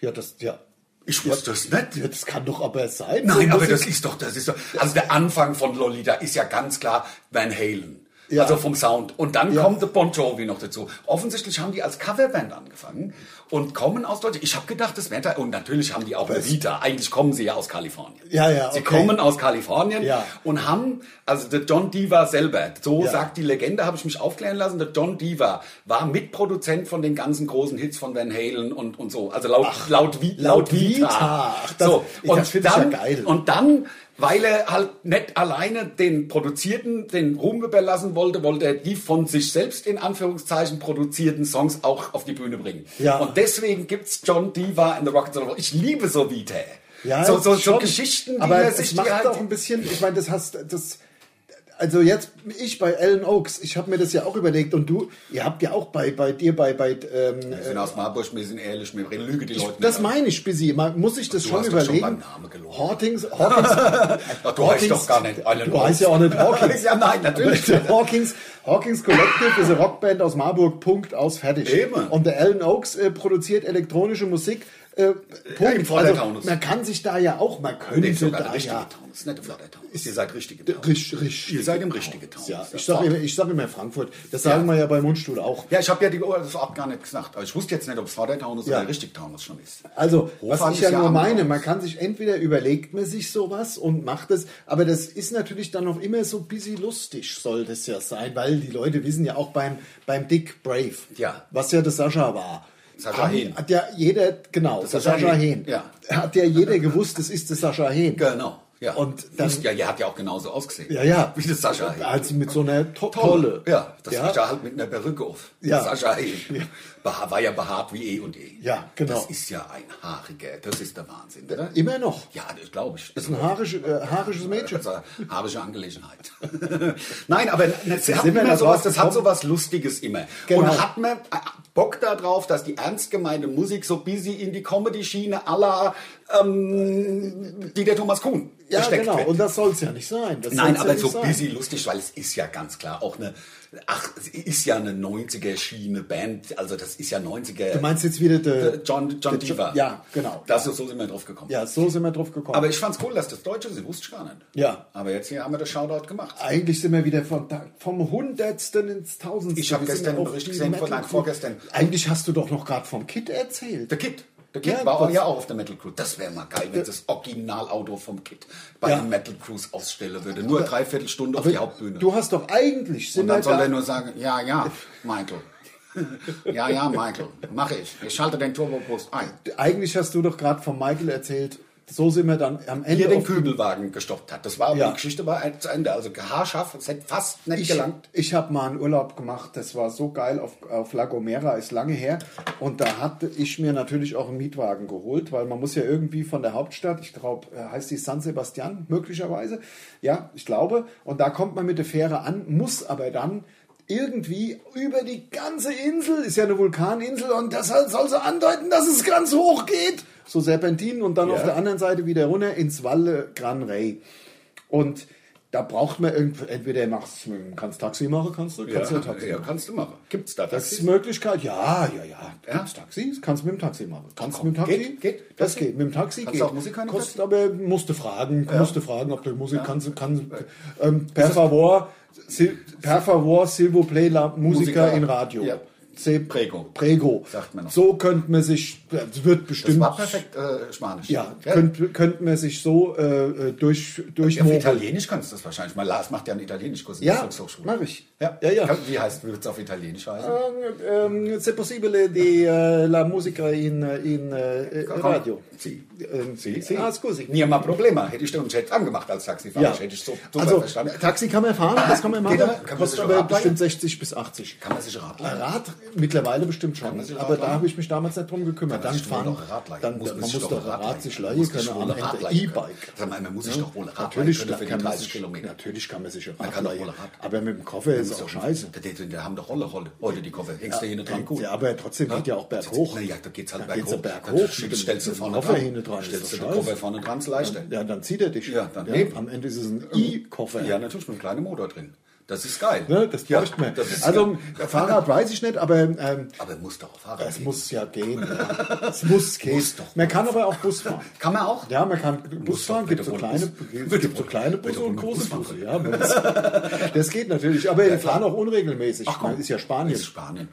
[SPEAKER 1] Ja, das, ja.
[SPEAKER 3] Ich wusste es
[SPEAKER 1] ja,
[SPEAKER 3] nicht.
[SPEAKER 1] das kann doch aber sein.
[SPEAKER 3] Nein, aber
[SPEAKER 1] So Musik-
[SPEAKER 3] das ist doch, das ist doch... Also der Anfang von Lolita ist ja ganz klar Van Halen.
[SPEAKER 1] Ja.
[SPEAKER 3] Also vom Sound. Und dann
[SPEAKER 1] Ja.
[SPEAKER 3] kommt The Bon Jovi noch dazu. Offensichtlich haben die als Coverband angefangen und kommen aus Deutschland. Ich habe gedacht, das wäre... Und natürlich haben die auch Lolita. Eigentlich kommen sie ja aus Kalifornien.
[SPEAKER 1] Ja, ja,
[SPEAKER 3] Sie
[SPEAKER 1] okay.
[SPEAKER 3] kommen aus Kalifornien
[SPEAKER 1] Ja.
[SPEAKER 3] und haben, also der John Diva selber, so
[SPEAKER 1] Ja.
[SPEAKER 3] sagt die Legende, habe ich mich aufklären lassen, der John Diva war Mitproduzent von den ganzen großen Hits von Van Halen und, und so. Also laut, laut, Vi- laut,
[SPEAKER 1] laut Vita.
[SPEAKER 3] Vita.
[SPEAKER 1] Ach, das- ich- das find ich ja geil.
[SPEAKER 3] Und dann, weil er halt nicht alleine den Produzierten den Ruhm überlassen wollte, wollte er die von sich selbst in Anführungszeichen produzierten Songs auch auf die Bühne bringen.
[SPEAKER 1] Ja.
[SPEAKER 3] Und deswegen gibt's John Diva in The Rockets and Roll. Ich liebe so Vita.
[SPEAKER 1] Ja,
[SPEAKER 3] so, so, so
[SPEAKER 1] schon.
[SPEAKER 3] Geschichten, die
[SPEAKER 1] aber
[SPEAKER 3] er
[SPEAKER 1] es
[SPEAKER 3] sich die
[SPEAKER 1] macht
[SPEAKER 3] halt-
[SPEAKER 1] auch ein bisschen, ich meine, das hast das also jetzt ich bei Alan Oaks, ich habe mir das ja auch überlegt und du, ihr habt ja auch bei bei dir bei bei ähm,
[SPEAKER 3] Wir sind aus Marburg, wir sind ehrlich, wir lügen die Leute
[SPEAKER 1] das
[SPEAKER 3] nicht.
[SPEAKER 1] meine ich, Spizzy. Man muss sich das
[SPEAKER 3] Du
[SPEAKER 1] schon
[SPEAKER 3] hast doch schon
[SPEAKER 1] überlegen.
[SPEAKER 3] beim Namen gelogen.
[SPEAKER 1] Hortings, Hortings,
[SPEAKER 3] Ach, du heißt doch gar nicht Alan
[SPEAKER 1] Du heißt ja auch nicht Hawkins.
[SPEAKER 3] Ja, nein, natürlich.
[SPEAKER 1] Der Hawkins, Hawkins Collective ist eine Rockband aus Marburg. Punkt aus fertig.
[SPEAKER 3] Eben.
[SPEAKER 1] Und der Alan Oaks äh, produziert elektronische Musik. Äh, Punkt.
[SPEAKER 3] Ja, im Vordertaunus.
[SPEAKER 1] man kann sich da ja auch, man
[SPEAKER 3] Nee,
[SPEAKER 1] könnte
[SPEAKER 3] ist sogar
[SPEAKER 1] da
[SPEAKER 3] der richtige
[SPEAKER 1] ja
[SPEAKER 3] Taunus, nicht der Vordertaunus. Ihr seid richtige Taunus.
[SPEAKER 1] Richtig, richtig.
[SPEAKER 3] Ihr seid im richtigen Taunus.
[SPEAKER 1] genau. Ja,
[SPEAKER 3] Das
[SPEAKER 1] ich sage
[SPEAKER 3] war-
[SPEAKER 1] immer, ich sag immer Frankfurt. Das sagen wir ja bei Mundstuhl auch.
[SPEAKER 3] Ja, ich habe ja die Ohr, das hab gar nicht gesagt. Aber ich wusste jetzt nicht, ob es Vordertaunus
[SPEAKER 1] Ja.
[SPEAKER 3] oder richtig Taunus schon ist.
[SPEAKER 1] Also,
[SPEAKER 3] Hofmann
[SPEAKER 1] was ich
[SPEAKER 3] ist
[SPEAKER 1] ja
[SPEAKER 3] ja
[SPEAKER 1] nur
[SPEAKER 3] am
[SPEAKER 1] meine,
[SPEAKER 3] Haus.
[SPEAKER 1] man kann sich entweder überlegt man sich sowas und macht es, aber das ist natürlich dann noch immer so busy lustig, soll das ja sein, weil die Leute wissen ja auch beim, beim Dick Brave,
[SPEAKER 3] Ja.
[SPEAKER 1] was ja das Sascha war.
[SPEAKER 3] Sascha
[SPEAKER 1] Haben-
[SPEAKER 3] Hehn.
[SPEAKER 1] Hat ja jeder, genau, der
[SPEAKER 3] Sascha
[SPEAKER 1] Sascha
[SPEAKER 3] Hehn,
[SPEAKER 1] Hehn.
[SPEAKER 3] ja.
[SPEAKER 1] Hat ja jeder gewusst, das ist der Sascha Hehn.
[SPEAKER 3] Genau. Ja.
[SPEAKER 1] Und dann-
[SPEAKER 3] dann, ja, ihr habt ja auch genauso ausgesehen.
[SPEAKER 1] Ja, ja.
[SPEAKER 3] Wie das Sascha Hehn.
[SPEAKER 1] Also mit so einer to Tolle.
[SPEAKER 3] Ja, das war ja halt mit einer Perücke auf.
[SPEAKER 1] Ja.
[SPEAKER 3] Sascha Hehn. Beha- War ja behaart wie E und E.
[SPEAKER 1] Ja, genau.
[SPEAKER 3] Das ist ja ein haariger, das ist der Wahnsinn, oder?
[SPEAKER 1] Immer noch.
[SPEAKER 3] Ja, das glaube ich.
[SPEAKER 1] Das ist ein haarische, äh, haarisches Mädchen.
[SPEAKER 3] Das war eine haarische Angelegenheit. Nein, aber sie hat
[SPEAKER 1] Sind wir da
[SPEAKER 3] immer sowas,
[SPEAKER 1] drauf
[SPEAKER 3] das hat
[SPEAKER 1] gekommen?
[SPEAKER 3] sowas Lustiges immer.
[SPEAKER 1] Genau.
[SPEAKER 3] Und hat man äh, Bock darauf, dass die ernst gemeinte Musik so busy in die Comedy-Schiene aller ähm, die der Thomas Kuhn
[SPEAKER 1] Ja,
[SPEAKER 3] gesteckt
[SPEAKER 1] genau.
[SPEAKER 3] wird.
[SPEAKER 1] Und das soll es ja nicht sein. Das
[SPEAKER 3] Nein,
[SPEAKER 1] soll's
[SPEAKER 3] aber
[SPEAKER 1] ja
[SPEAKER 3] so
[SPEAKER 1] nicht sein.
[SPEAKER 3] busy lustig, weil es ist ja ganz klar auch eine, ach, es ist ja eine 90er-Schiene-Band, also das ist ja 90er.
[SPEAKER 1] Du meinst jetzt wieder der
[SPEAKER 3] John, John
[SPEAKER 1] der
[SPEAKER 3] Diva.
[SPEAKER 1] Ja, genau.
[SPEAKER 3] Das ist, so sind wir drauf gekommen.
[SPEAKER 1] ja, so sind wir drauf gekommen.
[SPEAKER 3] Aber ich fand's cool, dass das Deutsche sind, wusste ich gar nicht.
[SPEAKER 1] Ja.
[SPEAKER 3] Aber jetzt hier haben wir das Shoutout gemacht.
[SPEAKER 1] eigentlich sind wir wieder von, da- vom Hundertsten ins Tausendste.
[SPEAKER 3] Ich hab
[SPEAKER 1] Wir sind
[SPEAKER 3] gestern
[SPEAKER 1] ja
[SPEAKER 3] einen
[SPEAKER 1] auf
[SPEAKER 3] Bericht
[SPEAKER 1] die
[SPEAKER 3] gesehen, von-
[SPEAKER 1] Metal-
[SPEAKER 3] nein, vorgestern.
[SPEAKER 1] Eigentlich hast du doch noch gerade vom Kid erzählt.
[SPEAKER 3] Der Kid. Der Kid
[SPEAKER 1] Ja,
[SPEAKER 3] war auch,
[SPEAKER 1] das-
[SPEAKER 3] ja auch auf der Metal Cruise. Das wäre mal geil, wenn das Originalauto vom Kid bei
[SPEAKER 1] Ja.
[SPEAKER 3] der Metal Cruise ausstellen würde. Nur dreiviertel Stunde auf die Hauptbühne.
[SPEAKER 1] Du hast doch eigentlich... Sind
[SPEAKER 3] Und dann
[SPEAKER 1] wir
[SPEAKER 3] soll
[SPEAKER 1] da-
[SPEAKER 3] er nur sagen, ja, ja, Michael. ja, ja, Michael. Mache ich. Ich schalte den Turbopost ein.
[SPEAKER 1] eigentlich hast du doch gerade von Michael erzählt, so sind wir dann am Ende...
[SPEAKER 3] Hier den
[SPEAKER 1] auf-
[SPEAKER 3] Kübelwagen gestoppt hat. Das war
[SPEAKER 1] Ja.
[SPEAKER 3] die Geschichte war zu Ende. Also haarscharf, es hätte fast nicht
[SPEAKER 1] Ich,
[SPEAKER 3] gelangt.
[SPEAKER 1] ich habe mal einen Urlaub gemacht, das war so geil auf, auf La Gomera, ist lange her. Und da hatte ich mir natürlich auch einen Mietwagen geholt, weil man muss ja irgendwie von der Hauptstadt, ich glaube, heißt die San Sebastian möglicherweise, ja, ich glaube. Und da kommt man mit der Fähre an, muss aber dann irgendwie über die ganze Insel, ist ja eine Vulkaninsel und das soll- soll so andeuten, dass es ganz hoch geht. So Serpentinen und dann auf der anderen Seite wieder runter ins Valle Gran Rey. Und Da braucht man irgendwie, entweder machst du, kannst Taxi machen, kannst du, kannst du ein Taxi
[SPEAKER 3] ja,
[SPEAKER 1] machen.
[SPEAKER 3] kannst du machen. Gibt's da
[SPEAKER 1] Das ist
[SPEAKER 3] Taxis?
[SPEAKER 1] eine Möglichkeit, ja, ja, ja.
[SPEAKER 3] Ja?
[SPEAKER 1] Kannst Taxi, kannst mit dem Taxi machen. Kannst
[SPEAKER 3] komm,
[SPEAKER 1] mit dem Taxi?
[SPEAKER 3] geht, geht.
[SPEAKER 1] Das geht, mit dem Taxi
[SPEAKER 3] Kannst du
[SPEAKER 1] geht.
[SPEAKER 3] auch Musik hören im
[SPEAKER 1] Kostet aber, musst du fragen, musst du fragen, ob du Musik kannst, kann, ähm, per
[SPEAKER 3] das-
[SPEAKER 1] favor, sil, per favor, silvo play la musica
[SPEAKER 3] Musica.
[SPEAKER 1] in radio.
[SPEAKER 3] Ja.
[SPEAKER 1] C
[SPEAKER 3] Prego.
[SPEAKER 1] Prego.
[SPEAKER 3] Sagt man noch.
[SPEAKER 1] So könnte man sich, das wird bestimmt.
[SPEAKER 3] Das war perfekt äh, Spanisch.
[SPEAKER 1] Ja,
[SPEAKER 3] Gell?
[SPEAKER 1] könnte könnt man sich so äh, äh, durch,
[SPEAKER 3] ja, auf
[SPEAKER 1] durchmogeln.
[SPEAKER 3] Italienisch kannst du das wahrscheinlich. Mal Lars macht ja einen Italienischkurs in der
[SPEAKER 1] Ja,
[SPEAKER 3] Volkshochschule.
[SPEAKER 1] mach ich.
[SPEAKER 3] Ja,
[SPEAKER 1] Ja, ja.
[SPEAKER 3] Kann- Wie heißt, wird es auf Italienisch heißen?
[SPEAKER 1] Ähm, ähm, c'est possibile di eh, la musica in, in eh,
[SPEAKER 3] Komm,
[SPEAKER 1] radio.
[SPEAKER 3] Sie.
[SPEAKER 1] Ähm,
[SPEAKER 3] Sie, Sie.
[SPEAKER 1] Ah, scusi.
[SPEAKER 3] Nie mal Problema. Hätte ich den Chat angemacht als Taxifahrer.
[SPEAKER 1] Ja.
[SPEAKER 3] Ich Hätte ich so super
[SPEAKER 1] Also,
[SPEAKER 3] verstanden.
[SPEAKER 1] Taxi kann man fahren, das kann man machen.
[SPEAKER 3] Geht aber- kann man
[SPEAKER 1] kostet
[SPEAKER 3] sich
[SPEAKER 1] aber
[SPEAKER 3] auch ableihen?
[SPEAKER 1] bestimmt 60 bis 80.
[SPEAKER 3] Kann man sich
[SPEAKER 1] Ah,
[SPEAKER 3] Radler
[SPEAKER 1] Rad mittlerweile bestimmt schon,
[SPEAKER 3] man sich
[SPEAKER 1] aber
[SPEAKER 3] Rad
[SPEAKER 1] da
[SPEAKER 3] leihen?
[SPEAKER 1] habe ich mich damals nicht drum gekümmert. Dann
[SPEAKER 3] sich wohl
[SPEAKER 1] fahren,
[SPEAKER 3] doch ein Rad leihen.
[SPEAKER 1] dann, man muss doch ein Rad sich leihen können,
[SPEAKER 3] Man muss
[SPEAKER 1] am
[SPEAKER 3] sich wohl ein Rad
[SPEAKER 1] Ende
[SPEAKER 3] leihen können.
[SPEAKER 1] E-Bike.
[SPEAKER 3] Sag mal, man muss sich doch wohl ein Rad leihen
[SPEAKER 1] Natürlich
[SPEAKER 3] können für die
[SPEAKER 1] kann man
[SPEAKER 3] 30
[SPEAKER 1] sich-
[SPEAKER 3] Kilometer.
[SPEAKER 1] Natürlich kann man sich ein Rad
[SPEAKER 3] kann doch
[SPEAKER 1] leihen,
[SPEAKER 3] wohl ein Rad.
[SPEAKER 1] aber mit dem Koffer ist auch scheiße.
[SPEAKER 3] Die, die, die haben doch Rolle, Rolle. Heute die Koffer. Hängst du hinten dran? Gut.
[SPEAKER 1] Ja, aber trotzdem geht ja auch berghoch.
[SPEAKER 3] Na ja, da geht's halt
[SPEAKER 1] Dann geht's ja
[SPEAKER 3] berghoch.
[SPEAKER 1] berghoch
[SPEAKER 3] Dann
[SPEAKER 1] mit dem-
[SPEAKER 3] Stellst du
[SPEAKER 1] mit dem
[SPEAKER 3] vorne
[SPEAKER 1] Koffer hinten dran,
[SPEAKER 3] dran.
[SPEAKER 1] ist
[SPEAKER 3] Stellst du
[SPEAKER 1] doch
[SPEAKER 3] den
[SPEAKER 1] scheiße.
[SPEAKER 3] Koffer vorne dran, ist leichter.
[SPEAKER 1] Ja, dann zieht er dich.
[SPEAKER 3] Ja, dann eben.
[SPEAKER 1] Am Ende ist es ein I-Koffer.
[SPEAKER 3] Ja, natürlich mit einem kleinen Motor drin. Das ist geil.
[SPEAKER 1] Ne, das
[SPEAKER 3] ja,
[SPEAKER 1] bräuchte man.
[SPEAKER 3] Das ist
[SPEAKER 1] also,
[SPEAKER 3] geil.
[SPEAKER 1] Fahrrad weiß ich nicht, aber ähm,
[SPEAKER 3] Aber muss doch auf Fahrrad
[SPEAKER 1] es
[SPEAKER 3] gehen.
[SPEAKER 1] muss ja gehen. Ja. Es muss gehen.
[SPEAKER 3] Muss doch.
[SPEAKER 1] man kann aber auch Bus fahren.
[SPEAKER 3] Kann man auch?
[SPEAKER 1] Ja, man kann Bus fahren, gibt so
[SPEAKER 3] bitte
[SPEAKER 1] kleine,
[SPEAKER 3] wohl Bus.
[SPEAKER 1] gibt so kleine
[SPEAKER 3] bitte
[SPEAKER 1] Busse und
[SPEAKER 3] wohl Bus fahren.
[SPEAKER 1] große Busse. Ja, man muss- das geht natürlich, aber die fahren auch unregelmäßig.
[SPEAKER 3] Ach komm.
[SPEAKER 1] ist ja Spanien.
[SPEAKER 3] Ist Spanien.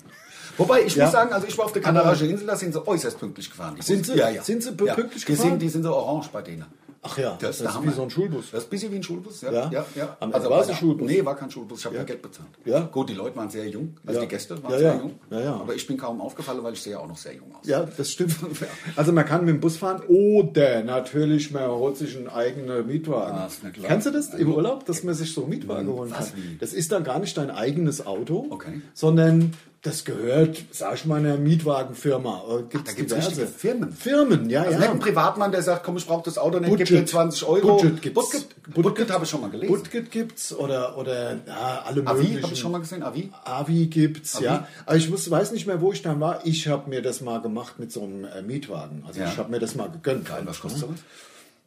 [SPEAKER 3] Wobei, ich
[SPEAKER 1] Ja.
[SPEAKER 3] muss sagen, also ich war auf der Kanarischen Insel, da sind sie äußerst pünktlich gefahren. Die
[SPEAKER 1] Sind
[SPEAKER 3] Busse.
[SPEAKER 1] sie-
[SPEAKER 3] Ja, ja.
[SPEAKER 1] sind sie
[SPEAKER 3] ja.
[SPEAKER 1] pünktlich
[SPEAKER 3] die
[SPEAKER 1] gefahren?
[SPEAKER 3] Sind, die sind so orange bei denen.
[SPEAKER 1] Ach ja, das,
[SPEAKER 3] der
[SPEAKER 1] ist wie
[SPEAKER 3] Hammer.
[SPEAKER 1] so ein Schulbus.
[SPEAKER 3] Das ist ein bisschen wie ein Schulbus, ja.
[SPEAKER 1] Ja.
[SPEAKER 3] ja, ja.
[SPEAKER 1] Am Ende war
[SPEAKER 3] bei
[SPEAKER 1] es ein
[SPEAKER 3] der-
[SPEAKER 1] Schulbus.
[SPEAKER 3] Nee, war kein Schulbus, ich habe ja. Geld bezahlt.
[SPEAKER 1] Ja.
[SPEAKER 3] Gut, die Leute waren sehr jung, also
[SPEAKER 1] Ja.
[SPEAKER 3] die Gäste waren
[SPEAKER 1] Ja,
[SPEAKER 3] sehr
[SPEAKER 1] ja.
[SPEAKER 3] jung.
[SPEAKER 1] Ja, ja.
[SPEAKER 3] Aber ich bin kaum aufgefallen, weil ich sehe ja auch noch sehr jung aus.
[SPEAKER 1] Ja, das stimmt. Also man kann mit dem Bus fahren oder natürlich, man holt sich einen eigenen Mietwagen.
[SPEAKER 3] Ah, ist mir klar.
[SPEAKER 1] Kennst du das im Urlaub, dass man sich so einen Mietwagen holen kann?
[SPEAKER 3] Was, wie?
[SPEAKER 1] Das ist dann gar nicht dein eigenes Auto,
[SPEAKER 3] Okay.
[SPEAKER 1] sondern das gehört, sag ich mal, einer Mietwagenfirma. Äh, Gibt's
[SPEAKER 3] da gibt's
[SPEAKER 1] diverse.
[SPEAKER 3] richtige Firmen.
[SPEAKER 1] Firmen, ja,
[SPEAKER 3] Also
[SPEAKER 1] ja.
[SPEAKER 3] nicht ein Privatmann, der sagt, komm, ich brauche das Auto nicht, gib
[SPEAKER 1] Budget.
[SPEAKER 3] mir 20 Euro.
[SPEAKER 1] Budget gibt's.
[SPEAKER 3] Budget, Budget, habe ich schon mal gelesen.
[SPEAKER 1] Budget gibt's oder, oder ja, alle
[SPEAKER 3] Avi,
[SPEAKER 1] möglichen.
[SPEAKER 3] habe ich schon mal gesehen, Avi?
[SPEAKER 1] Avi gibt's, ja. Aber ich muss, weiß nicht mehr, wo ich dann war. Ich habe mir das mal gemacht mit so einem äh, Mietwagen. Also
[SPEAKER 3] Ja.
[SPEAKER 1] ich habe mir das mal gegönnt.
[SPEAKER 3] Geil, was kostet
[SPEAKER 1] Mhm.
[SPEAKER 3] sowas?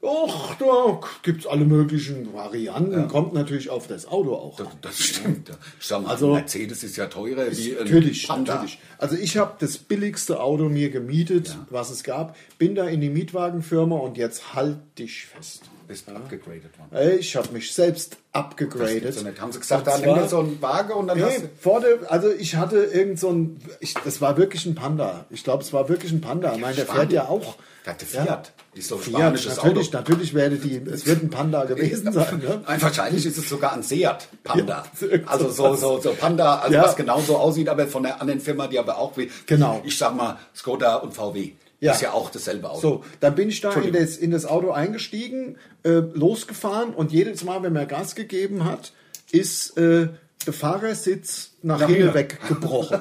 [SPEAKER 1] Och, da gibt's alle möglichen Varianten. Kommt natürlich auf das Auto auch. an.
[SPEAKER 3] Das stimmt. ja. Ich sag mal,
[SPEAKER 1] Also-
[SPEAKER 3] ein Mercedes ist ja teurer wie ein
[SPEAKER 1] Natürlich,
[SPEAKER 3] äh, Panda.
[SPEAKER 1] natürlich. Also ich habe das billigste Auto mir gemietet, was es gab. Bin da in die Mietwagenfirma und jetzt halt dich fest.
[SPEAKER 3] Bist abgegradet worden.
[SPEAKER 1] Ey, Ich habe mich selbst
[SPEAKER 3] Das
[SPEAKER 1] abgegradet.
[SPEAKER 3] gibt's ja nicht. Haben sie gesagt,
[SPEAKER 1] Und
[SPEAKER 3] da nimm
[SPEAKER 1] zwar-
[SPEAKER 3] dir so einen Waage und dann
[SPEAKER 1] Nee,
[SPEAKER 3] hast du...
[SPEAKER 1] vor der, also ich hatte irgend so ein, ich, das war wirklich ein Panda. Ich glaube, es war wirklich ein Panda. Ich meine, der
[SPEAKER 3] Spanien.
[SPEAKER 1] fährt ja auch.
[SPEAKER 3] Der hatte
[SPEAKER 1] Ja.
[SPEAKER 3] Fiat. Ist so ein
[SPEAKER 1] Fiat,
[SPEAKER 3] spanisches
[SPEAKER 1] natürlich,
[SPEAKER 3] Auto.
[SPEAKER 1] natürlich werde die, es wird ein Panda gewesen sein. Ne?
[SPEAKER 3] Nein, wahrscheinlich ist es sogar ein Seat Panda.
[SPEAKER 1] Ja, irgend
[SPEAKER 3] also so, so, so Panda, also
[SPEAKER 1] Ja.
[SPEAKER 3] was genauso aussieht, aber von der anderen Firma, die aber auch wie,
[SPEAKER 1] Genau.
[SPEAKER 3] ich sag mal, Skoda und VW.
[SPEAKER 1] Ja.
[SPEAKER 3] Ist ja auch dasselbe Auto.
[SPEAKER 1] So, dann bin ich da in das, in das Auto eingestiegen, äh, losgefahren und jedes Mal, wenn mir Gas gegeben hat, ist äh, der Fahrersitz nach,
[SPEAKER 3] Nach
[SPEAKER 1] hinten
[SPEAKER 3] hinten.
[SPEAKER 1] weggebrochen.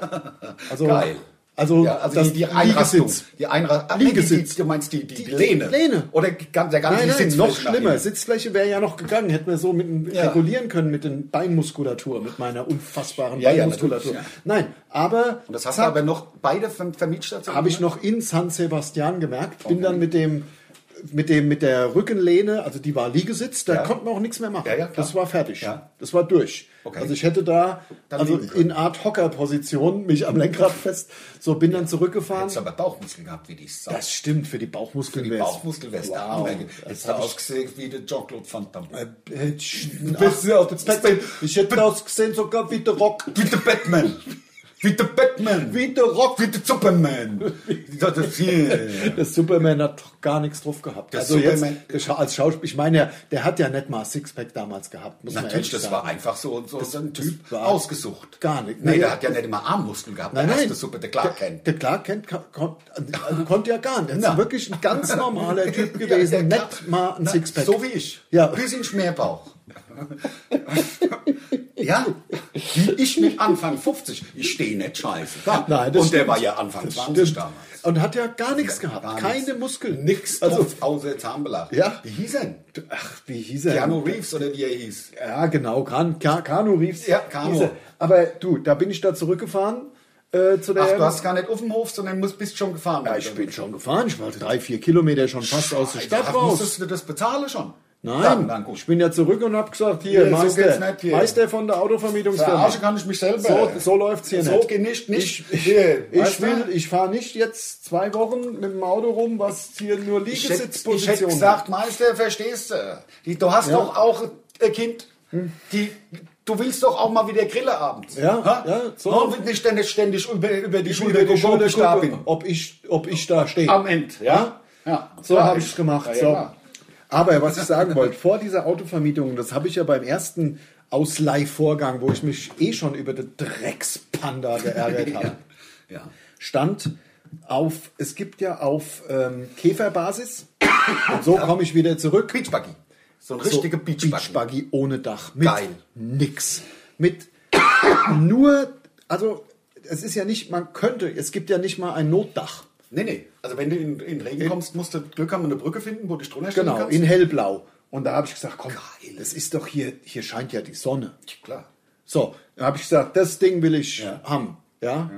[SPEAKER 1] Also,
[SPEAKER 3] Geil.
[SPEAKER 1] Also,
[SPEAKER 3] Ja, also
[SPEAKER 1] das
[SPEAKER 3] die, die Einrastung.
[SPEAKER 1] Liegesitz.
[SPEAKER 3] Die Einra ah, nee,
[SPEAKER 1] Liegesitz.
[SPEAKER 3] die- die- Du meinst die, die,
[SPEAKER 1] Die
[SPEAKER 3] Lehne.
[SPEAKER 1] Lehne.
[SPEAKER 3] Oder ganz, der ganze
[SPEAKER 1] Nein, nein,
[SPEAKER 3] Sitz
[SPEAKER 1] noch schlimmer. Sitzfläche wäre ja noch gegangen. Hätten wir so mit, dem-
[SPEAKER 3] Ja.
[SPEAKER 1] regulieren können mit den Beinmuskulatur, mit meiner unfassbaren
[SPEAKER 3] Ja, ja,
[SPEAKER 1] Beinmuskulatur.
[SPEAKER 3] natürlich, ja.
[SPEAKER 1] Nein, aber
[SPEAKER 3] Und das hast du aber noch beide Ver- Vermietstationen?
[SPEAKER 1] habe ich noch in San Sebastian gemerkt. Bin dann mit dem mit dem mit der Rückenlehne, also die war Liegesitz, da
[SPEAKER 3] Ja.
[SPEAKER 1] konnte man auch nichts mehr machen.
[SPEAKER 3] Ja, ja, klar.
[SPEAKER 1] das war fertig.
[SPEAKER 3] Ja.
[SPEAKER 1] Das war durch.
[SPEAKER 3] Okay.
[SPEAKER 1] Also ich hätte da
[SPEAKER 3] Dann
[SPEAKER 1] also
[SPEAKER 3] liegen können.
[SPEAKER 1] in Art Hockerposition mich am Lenkrad fest, so bin dann zurückgefahren.
[SPEAKER 3] Hättest du aber Bauchmuskeln gehabt, wie die Sau.
[SPEAKER 1] Das stimmt für die Bauchmuskeln.
[SPEAKER 3] die Bauchmuskelweste.
[SPEAKER 1] Wow.
[SPEAKER 3] Jetzt habe ich gesehen, wie der Jean-Claude Van Damme.
[SPEAKER 1] Bisschen auf das Batman. Ich hätte ausgesehen sogar wie der Rock.
[SPEAKER 3] Wie der Batman. Wie der Batman.
[SPEAKER 1] Wie der Rock.
[SPEAKER 3] Wie der Superman. Das ist hier.
[SPEAKER 1] Der Superman hat doch gar nichts drauf gehabt.
[SPEAKER 3] Der
[SPEAKER 1] also jetzt,
[SPEAKER 3] Superman-
[SPEAKER 1] der Scha- als Schauspieler, ich meine, der, der hat ja nicht mal Sixpack damals gehabt. Muss man
[SPEAKER 3] Natürlich,
[SPEAKER 1] ehrlich
[SPEAKER 3] das
[SPEAKER 1] sagen.
[SPEAKER 3] war einfach so, so, so ein
[SPEAKER 1] das
[SPEAKER 3] Typ
[SPEAKER 1] war
[SPEAKER 3] ausgesucht.
[SPEAKER 1] gar nicht.
[SPEAKER 3] Nee,
[SPEAKER 1] Naja.
[SPEAKER 3] der hat ja nicht immer Armmuskeln gehabt.
[SPEAKER 1] Nein,
[SPEAKER 3] der
[SPEAKER 1] nein.
[SPEAKER 3] Der Super, der Clark Kent.
[SPEAKER 1] Der Clark Kent ka- kon, also konnte ja gar nicht. Er
[SPEAKER 3] Na.
[SPEAKER 1] ist wirklich ein ganz normaler Typ
[SPEAKER 3] Ja,
[SPEAKER 1] gewesen.
[SPEAKER 3] der
[SPEAKER 1] nicht
[SPEAKER 3] Clark-
[SPEAKER 1] mal ein
[SPEAKER 3] Na,
[SPEAKER 1] Sixpack.
[SPEAKER 3] So wie ich.
[SPEAKER 1] Ja.
[SPEAKER 3] Bisschen Schmerbauch. ja, wie ich mit Anfang 50. Ich stehe nicht scheiße. Da.
[SPEAKER 1] Nein, das
[SPEAKER 3] Und der
[SPEAKER 1] stimmt.
[SPEAKER 3] war ja Anfang 20
[SPEAKER 1] Stimmt.
[SPEAKER 3] damals.
[SPEAKER 1] Und hat ja gar nichts gehabt.
[SPEAKER 3] Gar
[SPEAKER 1] Keine
[SPEAKER 3] nichts.
[SPEAKER 1] Muskeln.
[SPEAKER 3] Nix
[SPEAKER 1] Also,
[SPEAKER 3] drauf, außer Zahnbelag.
[SPEAKER 1] Ja. Ähm,
[SPEAKER 3] Wie hieß er? denn?
[SPEAKER 1] ach, wie hieß er?
[SPEAKER 3] Keanu Reeves oder wie er hieß.
[SPEAKER 1] Ja, genau, kan Ka Kanu rief's.
[SPEAKER 3] Ja, Kanu.
[SPEAKER 1] Diese- Aber du, da bin ich da zurückgefahren äh, zu der.
[SPEAKER 3] Ach, du hast gar nicht auf dem Hof, sondern musst, bist schon gefahren.
[SPEAKER 1] ja, ich bin schon gefahren. Ich war drei, vier Kilometer schon fast aus der Stadt
[SPEAKER 3] Ach,
[SPEAKER 1] raus.
[SPEAKER 3] Musstest du das bezahlen schon?
[SPEAKER 1] Nein,
[SPEAKER 3] Dann, dann gut.
[SPEAKER 1] ich bin ja zurück und hab gesagt, hier,
[SPEAKER 3] Hier, so
[SPEAKER 1] Meister,
[SPEAKER 3] geht's nicht hier.
[SPEAKER 1] Meister von der Autovermietungsfirma.
[SPEAKER 3] kann ich mich selber.
[SPEAKER 1] So, so läuft's hier
[SPEAKER 3] So
[SPEAKER 1] nicht.
[SPEAKER 3] genischt nicht.
[SPEAKER 1] Ich,
[SPEAKER 3] Hier, weißt
[SPEAKER 1] ich,
[SPEAKER 3] du?
[SPEAKER 1] will- ich fahre nicht jetzt zwei Wochen mit dem Auto rum, was hier nur
[SPEAKER 3] Ich hätte,
[SPEAKER 1] Liegesitzposition
[SPEAKER 3] ich hätte
[SPEAKER 1] hat.
[SPEAKER 3] gesagt, Meister, verstehst du? Die, du hast doch auch ein Kind. Die, du willst doch auch mal wieder Grille abends.
[SPEAKER 1] Hm. Ja,
[SPEAKER 3] Ha?
[SPEAKER 1] ja, so.
[SPEAKER 3] Und wenn ich ständig, ständig über, über die Schulter
[SPEAKER 1] Über die Schulter
[SPEAKER 3] geguckt da
[SPEAKER 1] gucken,
[SPEAKER 3] bin.
[SPEAKER 1] ob ich, ob ich da stehe.
[SPEAKER 3] Am Ende, ja? Ja.
[SPEAKER 1] So
[SPEAKER 3] Klar.
[SPEAKER 1] habe ich es gemacht.
[SPEAKER 3] Ja, ja,
[SPEAKER 1] so.
[SPEAKER 3] klar.
[SPEAKER 1] Aber was ich sagen wollte, vor dieser Autovermietung, das habe ich ja beim ersten Ausleihvorgang, wo ich mich eh schon über den Dreckspanda geärgert habe,
[SPEAKER 3] Ja.
[SPEAKER 1] stand auf, es gibt ja auf ähm, Käferbasis, und so komme ich wieder zurück,
[SPEAKER 3] Beachbuggy. So ein richtiger
[SPEAKER 1] so
[SPEAKER 3] Beachbuggy.
[SPEAKER 1] Beachbuggy ohne Dach. Mit
[SPEAKER 3] Geil.
[SPEAKER 1] Nix. Mit nur, also es ist ja nicht, man könnte, es gibt ja nicht mal ein Notdach.
[SPEAKER 3] Nee, nee. Also wenn du in, in Regen kommst, musst du Glück haben, eine Brücke finden, wo du dich drunter stellen
[SPEAKER 1] Genau,
[SPEAKER 3] kannst.
[SPEAKER 1] in hellblau. Und da habe ich gesagt, komm, das ist doch hier, hier scheint ja die Sonne.
[SPEAKER 3] Klar.
[SPEAKER 1] So, da habe ich gesagt, das Ding will ich haben. Ja?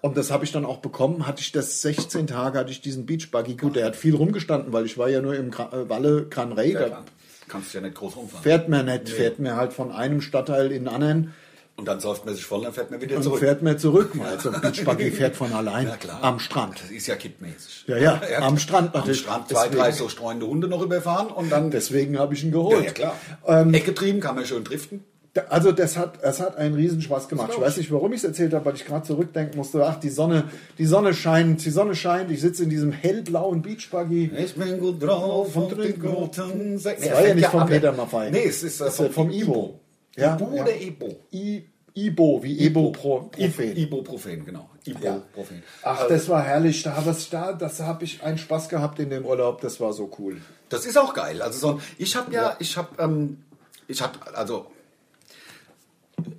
[SPEAKER 1] Und das habe ich dann auch bekommen. Hatte ich das 16 Tage, hatte ich diesen Beachbuggy. Gut, der hat viel rumgestanden, weil ich war ja nur im Gra äh, Valle Gran Rey.
[SPEAKER 3] Ja,
[SPEAKER 1] da
[SPEAKER 3] klar. Kannst du ja nicht groß rumfahren.
[SPEAKER 1] fährt man nicht, fährt man halt von einem Stadtteil in den anderen.
[SPEAKER 3] Und dann säuft man sich voll, dann fährt man wieder
[SPEAKER 1] Und
[SPEAKER 3] zurück.
[SPEAKER 1] fährt man zurück, weil so ein Beachbuggy fährt von allein
[SPEAKER 3] Ja, klar.
[SPEAKER 1] am Strand.
[SPEAKER 3] Das ist ja kitmäßig.
[SPEAKER 1] Ja, ja, am Strand
[SPEAKER 3] Am
[SPEAKER 1] natürlich.
[SPEAKER 3] Strand zwei,
[SPEAKER 1] Deswegen-
[SPEAKER 3] drei so streunende Hunde noch überfahren und dann.
[SPEAKER 1] Deswegen habe ich ihn
[SPEAKER 3] ja,
[SPEAKER 1] geholt.
[SPEAKER 3] ja, klar.
[SPEAKER 1] Ähm,
[SPEAKER 3] Eckgetrieben kann man schön driften.
[SPEAKER 1] Da- Also das hat, es hat einen Riesenspaß gemacht. Ich weiß nicht, warum ich es erzählt habe, weil ich gerade zurückdenken musste. Ach, die Sonne, die Sonne scheint, die Sonne scheint. Ich sitze in diesem hellblauen Beachbuggy.
[SPEAKER 3] Ich bin gut drauf
[SPEAKER 1] Von
[SPEAKER 3] auf den
[SPEAKER 1] drin-
[SPEAKER 3] guten Sex.
[SPEAKER 1] Das war ja nicht von Peter Maffay.
[SPEAKER 3] ne? Nee, es ist äh,
[SPEAKER 1] Das ist ja vom Ibo. Ja,
[SPEAKER 3] Ibo
[SPEAKER 1] ja.
[SPEAKER 3] oder Ebo?
[SPEAKER 1] I, Ibo, wie Ibo Pro, Prophet.
[SPEAKER 3] Ibuprofen, genau. Ibuprofen.
[SPEAKER 1] Ach, das war herrlich. Da habe ich, da, das habe ich einen Spaß gehabt in dem Urlaub. Das war so cool.
[SPEAKER 3] Das ist auch geil. Also so ein, ich habe ja, ich habe, ähm, ich habe, also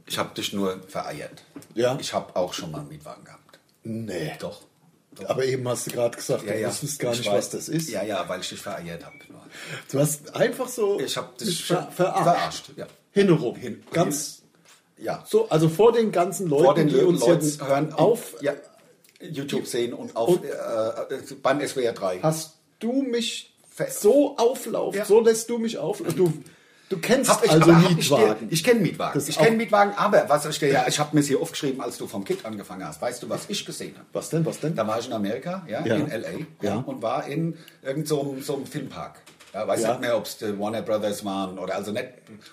[SPEAKER 3] ich habe dich nur vereiert.
[SPEAKER 1] Ja.
[SPEAKER 3] Ich habe auch schon mal einen Mietwagen gehabt.
[SPEAKER 1] Nee.
[SPEAKER 3] Doch.
[SPEAKER 1] Aber eben hast du gerade gesagt, du wusstest gar
[SPEAKER 3] Ich
[SPEAKER 1] nicht,
[SPEAKER 3] weiß.
[SPEAKER 1] was das ist.
[SPEAKER 3] Ja, ja, weil ich dich vereiert habe.
[SPEAKER 1] Du hast einfach so
[SPEAKER 3] Ich habe dich
[SPEAKER 1] ver verarscht.
[SPEAKER 3] Ja.
[SPEAKER 1] Hinrum.
[SPEAKER 3] Hin-
[SPEAKER 1] Ganz
[SPEAKER 3] ja.
[SPEAKER 1] So, also vor den ganzen Leuten,
[SPEAKER 3] Vor den
[SPEAKER 1] die uns
[SPEAKER 3] Leuten
[SPEAKER 1] jetzt
[SPEAKER 3] hören
[SPEAKER 1] auf.
[SPEAKER 3] ja, YouTube sehen und auf
[SPEAKER 1] Und-
[SPEAKER 3] äh, äh, beim SWR 3.
[SPEAKER 1] Hast du mich
[SPEAKER 3] Ver-
[SPEAKER 1] so auflaufen,
[SPEAKER 3] Ja.
[SPEAKER 1] so lässt du mich auflaufen. Du, du kennst
[SPEAKER 3] Hab ich,
[SPEAKER 1] also
[SPEAKER 3] aber hab ich dir-
[SPEAKER 1] Mietwagen.
[SPEAKER 3] Ich kenne Mietwagen.
[SPEAKER 1] Das
[SPEAKER 3] Ich
[SPEAKER 1] auch-
[SPEAKER 3] kenne Mietwagen, aber was ich dir ja, ich habe mir hier aufgeschrieben, als du vom Kit angefangen hast. Weißt du, was ich gesehen habe?
[SPEAKER 1] was denn, was denn?
[SPEAKER 3] Da war ich in Amerika, ja,
[SPEAKER 1] Ja.
[SPEAKER 3] in L.A.
[SPEAKER 1] Ja.
[SPEAKER 3] und war in irgendeinem so, einem- so einem Filmpark. Ja, weiß
[SPEAKER 1] Ja.
[SPEAKER 3] nicht mehr, ob es die Warner Brothers waren oder also nicht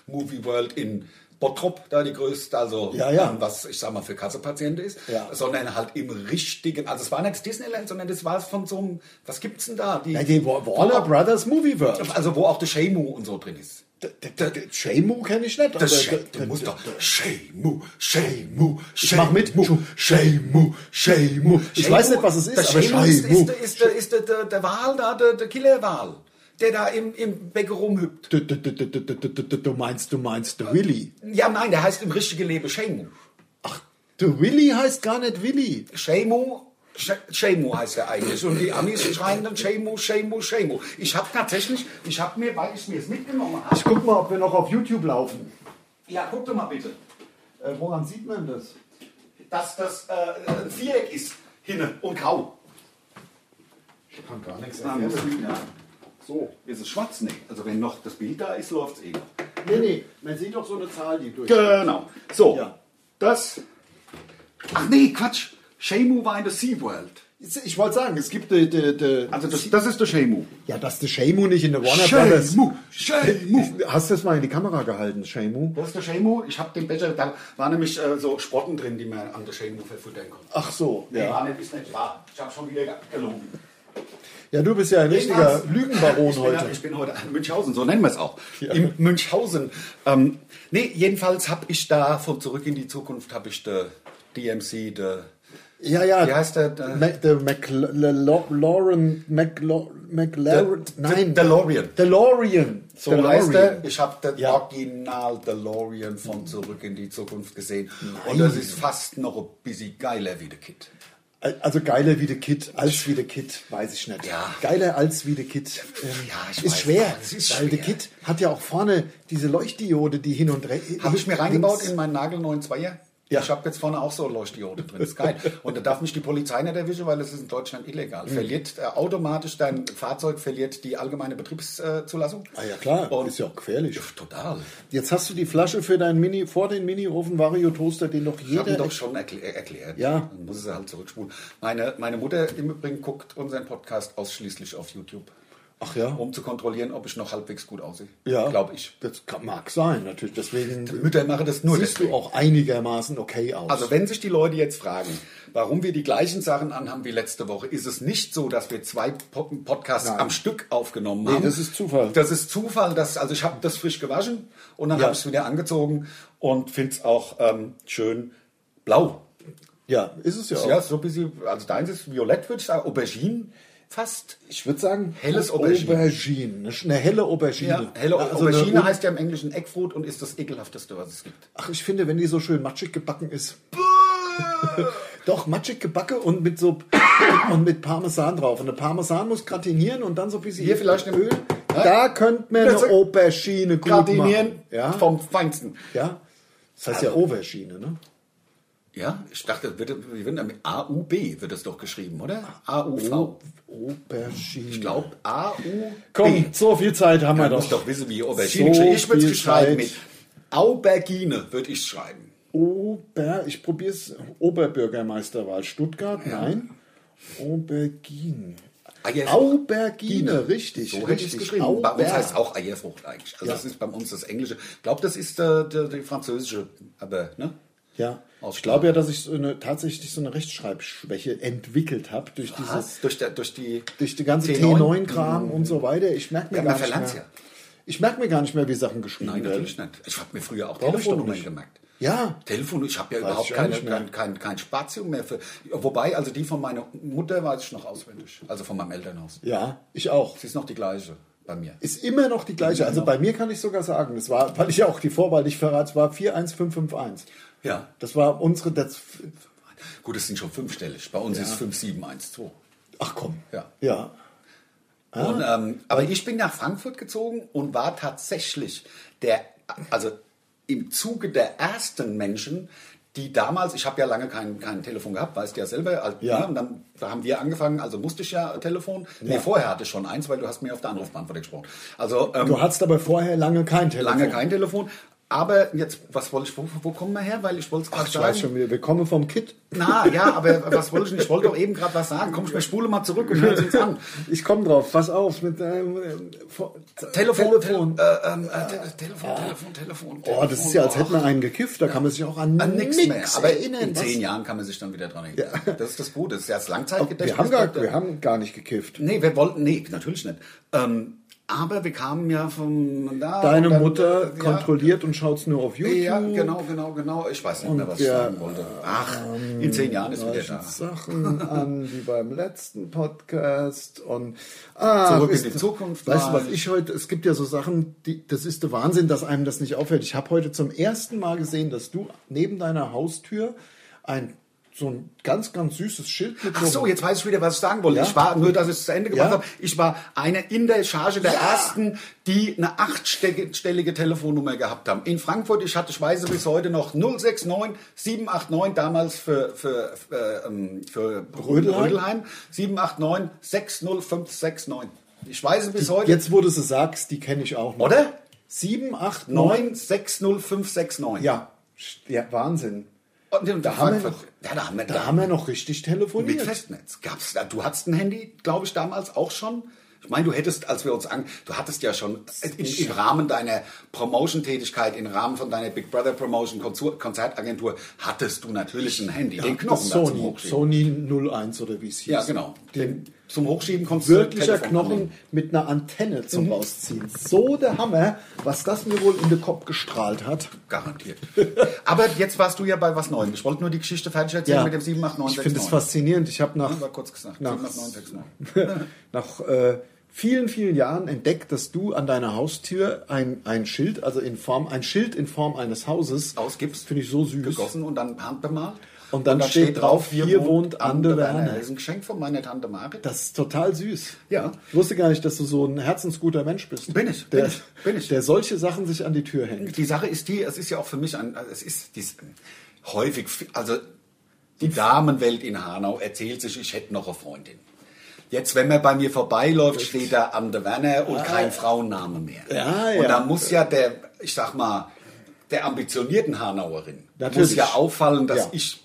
[SPEAKER 3] Movie World in Bottrop, da die größte, also
[SPEAKER 1] Ja, ja.
[SPEAKER 3] ähm, was ich sag mal für Kassepatienten ist,
[SPEAKER 1] Ja.
[SPEAKER 3] sondern halt im richtigen, also es war nicht Disneyland, sondern das war von so einem, was gibt's denn da? Die,
[SPEAKER 1] Ja, die Wa- Warner Brothers Movie World.
[SPEAKER 3] Also wo auch der Shamu und so drin ist.
[SPEAKER 1] D- d- d- d- Shamu kenne ich nicht. aber
[SPEAKER 3] Das Sch
[SPEAKER 1] d- d-
[SPEAKER 3] du musst doch Shemu, Shemu,
[SPEAKER 1] Ich mach mit.
[SPEAKER 3] Shemu, Shemu, Shemu.
[SPEAKER 1] Ich weiß nicht, was es ist,
[SPEAKER 3] Der
[SPEAKER 1] aber
[SPEAKER 3] Shemu ist,
[SPEAKER 1] Shemu.
[SPEAKER 3] ist, ist, ist, ist der, der, der Wal da, der, der Killerwal, der da im, im Becken rumhüpft.
[SPEAKER 1] d- d- d- d- d- d- d- d- Du meinst, du meinst, der Willy.
[SPEAKER 3] Ja, nein, der heißt im richtigen Leben Shemu.
[SPEAKER 1] Der Willy heißt gar nicht Willy.
[SPEAKER 3] Shemu, Sh- Shemu heißt er eigentlich. Und die Amis schreien dann Shemu, Shemu, Shemu. Ich habe tatsächlich, ich habe mir, weil ich mir es mitgenommen habe.
[SPEAKER 1] Ich guck mal, ob wir noch auf YouTube laufen.
[SPEAKER 3] Ja, guck doch mal bitte.
[SPEAKER 1] Äh, woran sieht man das?
[SPEAKER 3] Dass das äh, ein Viereck ist, hinne und grau.
[SPEAKER 1] Ich kann gar nichts
[SPEAKER 3] Ah, muss ich- ja. So, ist es schwarz? Nee. Also wenn noch das Bild da ist, läuft es eh noch.
[SPEAKER 1] Nee, nee, man sieht doch so eine Zahl, die durch.
[SPEAKER 3] Genau. So,
[SPEAKER 1] Ja.
[SPEAKER 3] das... Ach nee, Quatsch. Shemu war in der SeaWorld.
[SPEAKER 1] Ich wollte sagen, es gibt die, die, die
[SPEAKER 3] Also das, das ist der Shemu.
[SPEAKER 1] Ja, dass der Shamu nicht in der Warner Brothers.
[SPEAKER 3] Shemu, Shemu.
[SPEAKER 1] Hast du das mal in die Kamera gehalten, Shamu?
[SPEAKER 3] Das ist der Shemu. Ich habe den Becher, da waren nämlich äh, so Sprotten drin, die man an der Shemu verfüttern konnte.
[SPEAKER 1] Ach so,
[SPEAKER 3] Nee, war
[SPEAKER 1] ja.
[SPEAKER 3] nicht, ist nicht wahr. Ich habe schon wieder ge- gelogen.
[SPEAKER 1] Ja, du bist ja ein richtiger
[SPEAKER 3] Jedenfalls,
[SPEAKER 1] Lügenbaron
[SPEAKER 3] ich Bin,
[SPEAKER 1] heute.
[SPEAKER 3] ich bin heute in Münchhausen, so nennen wir es auch. In Münchhausen. Ähm, nee, jedenfalls habe ich da von Zurück in die Zukunft habe ich de DMC, de
[SPEAKER 1] Ja, ja.
[SPEAKER 3] Wie heißt der? Der-
[SPEAKER 1] Ma- Der McLaurin. McLaurin. Nein.
[SPEAKER 3] DeLorean.
[SPEAKER 1] DeLorean.
[SPEAKER 3] So
[SPEAKER 1] DeLorean.
[SPEAKER 3] heißt er. Ich habe das
[SPEAKER 1] Ja.
[SPEAKER 3] Original DeLorean von Zurück in die Zukunft gesehen. Und das ist fast noch ein bisschen geiler wie der Kid.
[SPEAKER 1] Also geiler wie The Kid, als wie The Kid, weiß ich nicht.
[SPEAKER 3] Ja.
[SPEAKER 1] Geiler als wie The Kid. ähm,
[SPEAKER 3] Ja, ich
[SPEAKER 1] ist
[SPEAKER 3] weiß,
[SPEAKER 1] schwer,
[SPEAKER 3] das ist
[SPEAKER 1] weil The
[SPEAKER 3] schwer.
[SPEAKER 1] Kid hat ja auch vorne diese Leuchtdiode, die hin und re-
[SPEAKER 3] Habe ich mir reingebaut
[SPEAKER 1] links-
[SPEAKER 3] in meinen nagelneuen Zweier. Ja. Ich habe jetzt vorne auch so Leuchtdiode drin. Ist geil. Und da darf mich die Polizei nicht erwischen, weil es ist in Deutschland
[SPEAKER 1] Hm.
[SPEAKER 3] illegal. Verliert äh, automatisch dein Fahrzeug, verliert die allgemeine Betriebszulassung.
[SPEAKER 1] Ah ja, klar.
[SPEAKER 3] Und-
[SPEAKER 1] ist ja auch gefährlich.
[SPEAKER 3] Total.
[SPEAKER 1] Jetzt hast du die Flasche für deinen Mini, vor den Mini-Ofen Vario Toaster, den doch
[SPEAKER 3] Ich habe ihn
[SPEAKER 1] jeder.
[SPEAKER 3] doch schon erklä erklärt.
[SPEAKER 1] Ja.
[SPEAKER 3] Dann muss es halt zurückspulen. Meine, meine Mutter im Übrigen guckt unseren Podcast ausschließlich auf YouTube,
[SPEAKER 1] Ach ja.
[SPEAKER 3] um zu kontrollieren, ob ich noch halbwegs gut aussehe.
[SPEAKER 1] Ja.
[SPEAKER 3] Glaube ich.
[SPEAKER 1] Das kann, mag sein, natürlich. Deswegen
[SPEAKER 3] Mütter machen das nur
[SPEAKER 1] siehst
[SPEAKER 3] deswegen.
[SPEAKER 1] du auch einigermaßen okay aus.
[SPEAKER 3] Also wenn sich die Leute jetzt fragen, warum wir die gleichen Sachen anhaben wie letzte Woche, ist es nicht so, dass wir zwei Po- Podcasts am Stück aufgenommen haben.
[SPEAKER 1] das ist Zufall.
[SPEAKER 3] Das ist Zufall. Dass, also ich habe das frisch gewaschen und dann
[SPEAKER 1] Ja.
[SPEAKER 3] habe ich es wieder angezogen und finde es auch ähm, schön blau.
[SPEAKER 1] ja, ist es ja auch.
[SPEAKER 3] Ja, so ein bisschen, also deins ist violett, würde ich sagen, Aubergine fast.
[SPEAKER 1] Ich würde sagen,
[SPEAKER 3] Helles Aubergine.
[SPEAKER 1] Aubergine. Eine, sch- eine helle Aubergine.
[SPEAKER 3] Ja, helle
[SPEAKER 1] Also eine
[SPEAKER 3] Aubergine
[SPEAKER 1] un-
[SPEAKER 3] heißt ja im Englischen Eggfruit und ist das ekelhafteste, was es gibt.
[SPEAKER 1] Ach, ich finde, wenn die so schön matschig gebacken ist. Doch, matschig gebacken und mit so und mit Parmesan drauf. Und eine Parmesan muss gratinieren und dann so ein bisschen
[SPEAKER 3] Hier vielleicht im Öl.
[SPEAKER 1] Da könnte man
[SPEAKER 3] Das-
[SPEAKER 1] eine Aubergine gut
[SPEAKER 3] Gardinieren
[SPEAKER 1] machen. Ja?
[SPEAKER 3] vom Feinsten.
[SPEAKER 1] ja. Das heißt ja Aubergine, ne?
[SPEAKER 3] Ja, ich dachte, bitte, wir würden damit AUB wird das doch geschrieben, oder? AUV.
[SPEAKER 1] Oh. Aubergine.
[SPEAKER 3] Ich glaube AU.
[SPEAKER 1] Komm, so viel Zeit haben wir
[SPEAKER 3] Du
[SPEAKER 1] doch.
[SPEAKER 3] musst doch wissen, wie Aubergine
[SPEAKER 1] So
[SPEAKER 3] geschrieben Ich würde
[SPEAKER 1] viel
[SPEAKER 3] es schreiben
[SPEAKER 1] Zeit.
[SPEAKER 3] mit Aubergine, würde ich schreiben.
[SPEAKER 1] Ober, ich probiere es. Oberbürgermeisterwahl Stuttgart, nein. Aubergine.
[SPEAKER 3] Eierfrucht.
[SPEAKER 1] Aubergine, richtig.
[SPEAKER 3] So hätte ich es geschrieben. Bei uns heißt es auch Eierfrucht eigentlich. Also
[SPEAKER 1] Ja.
[SPEAKER 3] das ist bei uns das Englische. Ich glaube, das ist äh, die, die französische, aber ne?
[SPEAKER 1] Ja, ich
[SPEAKER 3] Aussprache.
[SPEAKER 1] glaube ja, dass ich so eine, tatsächlich so eine Rechtschreibschwäche entwickelt habe durch dieses
[SPEAKER 3] Was? Durch, der, durch die
[SPEAKER 1] durch die ganze
[SPEAKER 3] T9?
[SPEAKER 1] T9-Kram und so weiter. Ich merke mir
[SPEAKER 3] Ja,
[SPEAKER 1] gar
[SPEAKER 3] man
[SPEAKER 1] nicht
[SPEAKER 3] verlernt's
[SPEAKER 1] mehr.
[SPEAKER 3] ja.
[SPEAKER 1] Ich merke mir gar nicht mehr, wie Sachen geschrieben
[SPEAKER 3] Nein,
[SPEAKER 1] werden.
[SPEAKER 3] natürlich nicht. Ich habe mir früher auch
[SPEAKER 1] Brauch ich doch
[SPEAKER 3] Telefonnummern
[SPEAKER 1] nicht.
[SPEAKER 3] gemerkt.
[SPEAKER 1] Ja,
[SPEAKER 3] Telefon, ich habe ja
[SPEAKER 1] Weiß
[SPEAKER 3] überhaupt
[SPEAKER 1] ich auch
[SPEAKER 3] keine,
[SPEAKER 1] nicht mehr.
[SPEAKER 3] kein, kein, kein Spazium mehr für. Wobei, also die von meiner Mutter weiß ich noch auswendig. Also von meinem Elternhaus.
[SPEAKER 1] ja, ich auch.
[SPEAKER 3] Sie ist noch die gleiche bei mir.
[SPEAKER 1] Ist immer noch die gleiche. Also bei mir kann ich sogar sagen, das war, weil ich ja auch die Vorwahl nicht verrate, es war 41551.
[SPEAKER 3] Ja.
[SPEAKER 1] Das war unsere, das,
[SPEAKER 3] Gut, es sind schon fünfstellig. Bei uns ist es 5712.
[SPEAKER 1] ach komm.
[SPEAKER 3] Ja.
[SPEAKER 1] Ja. Ah.
[SPEAKER 3] Und, ähm, aber ich bin nach Frankfurt gezogen und war tatsächlich der, also im Zuge der ersten Menschen, die damals, ich habe ja lange kein, kein Telefon gehabt, weißt du ja selber, also,
[SPEAKER 1] Ja.
[SPEAKER 3] ne, und dann da haben wir angefangen, also musste ich ja Telefon. Nee, vorher hatte ich schon eins, weil du hast mir auf der Anrufbeantwortung gesprochen. Also ähm,
[SPEAKER 1] Du hattest aber vorher lange kein Telefon.
[SPEAKER 3] lange kein Telefon. Aber jetzt, was wollte ich, wo, wo kommen wir her? Weil ich wollte es
[SPEAKER 1] Ach,
[SPEAKER 3] gerade
[SPEAKER 1] ich
[SPEAKER 3] sagen.
[SPEAKER 1] weiß schon wieder, wir kommen vom Kit.
[SPEAKER 3] Na, ja, aber was wollte ich denn? Ich wollte doch eben gerade was sagen. Komm, ich mir spule mal zurück und hören Sie uns an.
[SPEAKER 1] Ich komme drauf, pass auf. Mit, ähm, ähm, vor-
[SPEAKER 3] Telefon,
[SPEAKER 1] Telefon.
[SPEAKER 3] Te äh, ähm, äh, Te Telefon, Telefon, Telefon.
[SPEAKER 1] Oh, das ist ja, als hätte man einen gekifft, da kann man sich auch an,
[SPEAKER 3] an nichts mehr. Aber in
[SPEAKER 1] was-
[SPEAKER 3] zehn Jahren kann man sich dann wieder dran erinnern. Das ist das Gute. Das ist ja das Langzeitgedächtnis.
[SPEAKER 1] Wir haben, gar, wir haben gar nicht gekifft.
[SPEAKER 3] Nee, wir wollten, nee, natürlich nicht. Ähm, aber wir kamen ja von da.
[SPEAKER 1] Deine
[SPEAKER 3] und dann- äh,
[SPEAKER 1] Mutter
[SPEAKER 3] ja,
[SPEAKER 1] kontrolliert und schaut es nur auf YouTube.
[SPEAKER 3] Ja, genau, genau, genau. Ich weiß nicht mehr, was ich
[SPEAKER 1] wir-
[SPEAKER 3] sagen wollte. Ach, in zehn Jahren
[SPEAKER 1] ähm,
[SPEAKER 3] ist wieder da.
[SPEAKER 1] Sachen an wie beim letzten Podcast und ah,
[SPEAKER 3] Zurück in
[SPEAKER 1] ist
[SPEAKER 3] die
[SPEAKER 1] das-
[SPEAKER 3] Zukunft
[SPEAKER 1] Weißt du,
[SPEAKER 3] mal.
[SPEAKER 1] was ich heute? Es gibt ja so Sachen, die, das ist der Wahnsinn, dass einem das nicht auffällt. Ich habe heute zum ersten Mal gesehen, dass du neben deiner Haustür ein so ein ganz ganz süßes Schild mit
[SPEAKER 3] Ach so, jetzt weiß ich wieder, was ich sagen wollte.
[SPEAKER 1] Ja?
[SPEAKER 3] Ich war, nur dass ich es zu Ende gebracht
[SPEAKER 1] Ja?
[SPEAKER 3] habe, ich war eine in der Charge der ersten, die eine achtstellige Telefonnummer gehabt haben. In Frankfurt, ich hatte, ich weiß es bis heute noch 069 789, damals für, für, für, ähm, für
[SPEAKER 1] Rödelheim?
[SPEAKER 3] 789 60569. Ich weiß es bis heute.
[SPEAKER 1] Jetzt, wo du es sagst, die kenne ich auch noch.
[SPEAKER 3] Oder?
[SPEAKER 1] 7, 8, 9.
[SPEAKER 3] 9 60569.
[SPEAKER 1] Ja. ja, Wahnsinn.
[SPEAKER 3] Und, und da,
[SPEAKER 1] haben wir
[SPEAKER 3] Frankfurt- ja, da haben wir,
[SPEAKER 1] Da haben wir noch richtig
[SPEAKER 3] Mit
[SPEAKER 1] telefoniert.
[SPEAKER 3] Festnetz gab's da. Du hattest ein Handy, glaube ich, damals auch schon. Ich meine, du hättest, als wir uns an, du hattest ja schon äh, im, im Rahmen deiner Promotion-Tätigkeit, im Rahmen von deiner Big Brother Promotion Konzert- Konzertagentur, hattest du natürlich ein Handy. den Knochen
[SPEAKER 1] Das
[SPEAKER 3] da zum
[SPEAKER 1] Sony,
[SPEAKER 3] Hochschieben.
[SPEAKER 1] Sony 01 oder wie es hieß.
[SPEAKER 3] Ja, genau. Den, zum Hochschieben kommst
[SPEAKER 1] Wirklicher
[SPEAKER 3] Telefon
[SPEAKER 1] Knochen
[SPEAKER 3] anlegen.
[SPEAKER 1] mit einer Antenne zum Rausziehen. So der Hammer, was das mir wohl in den Kopf gestrahlt hat.
[SPEAKER 3] Garantiert. Aber jetzt warst du ja bei was Neuem. Ich wollte nur die Geschichte fertig erzählen mit dem 78969.
[SPEAKER 1] ich finde es faszinierend. Ich habe nach,
[SPEAKER 3] War kurz gesagt.
[SPEAKER 1] nach,
[SPEAKER 3] 78969.
[SPEAKER 1] nach äh, vielen, vielen Jahren entdeckt, dass du an deiner Haustür ein, ein Schild, also in Form, ein Schild in Form eines Hauses
[SPEAKER 3] ausgibst.
[SPEAKER 1] Finde ich so süß.
[SPEAKER 3] Gegossen und dann handbemalt.
[SPEAKER 1] Und dann steht drauf, hier wohnt Ande Werner.
[SPEAKER 3] Das ist ein Geschenk von meiner Tante Marit.
[SPEAKER 1] Das ist total süß.
[SPEAKER 3] Ja.
[SPEAKER 1] Ich wusste gar nicht, dass du so ein herzensguter Mensch bist.
[SPEAKER 3] Bin ich, bin
[SPEAKER 1] Der,
[SPEAKER 3] ich, bin ich.
[SPEAKER 1] Der solche Sachen sich an die Tür hängt.
[SPEAKER 3] Die Sache also ist die, es ist ja auch für mich ein, es ist dies, häufig, fi- also die Damenwelt in Hanau erzählt sich, ich hätte noch eine Freundin. Jetzt, wenn man bei mir vorbeiläuft, steht da an der Werner und kein Frauenname mehr.
[SPEAKER 1] Ah. Ja,
[SPEAKER 3] Und
[SPEAKER 1] ja.
[SPEAKER 3] da muss ja der, ich sag mal, der ambitionierten Hanauerin
[SPEAKER 1] Natürlich.
[SPEAKER 3] muss ja auffallen, dass
[SPEAKER 1] Ja.
[SPEAKER 3] ich,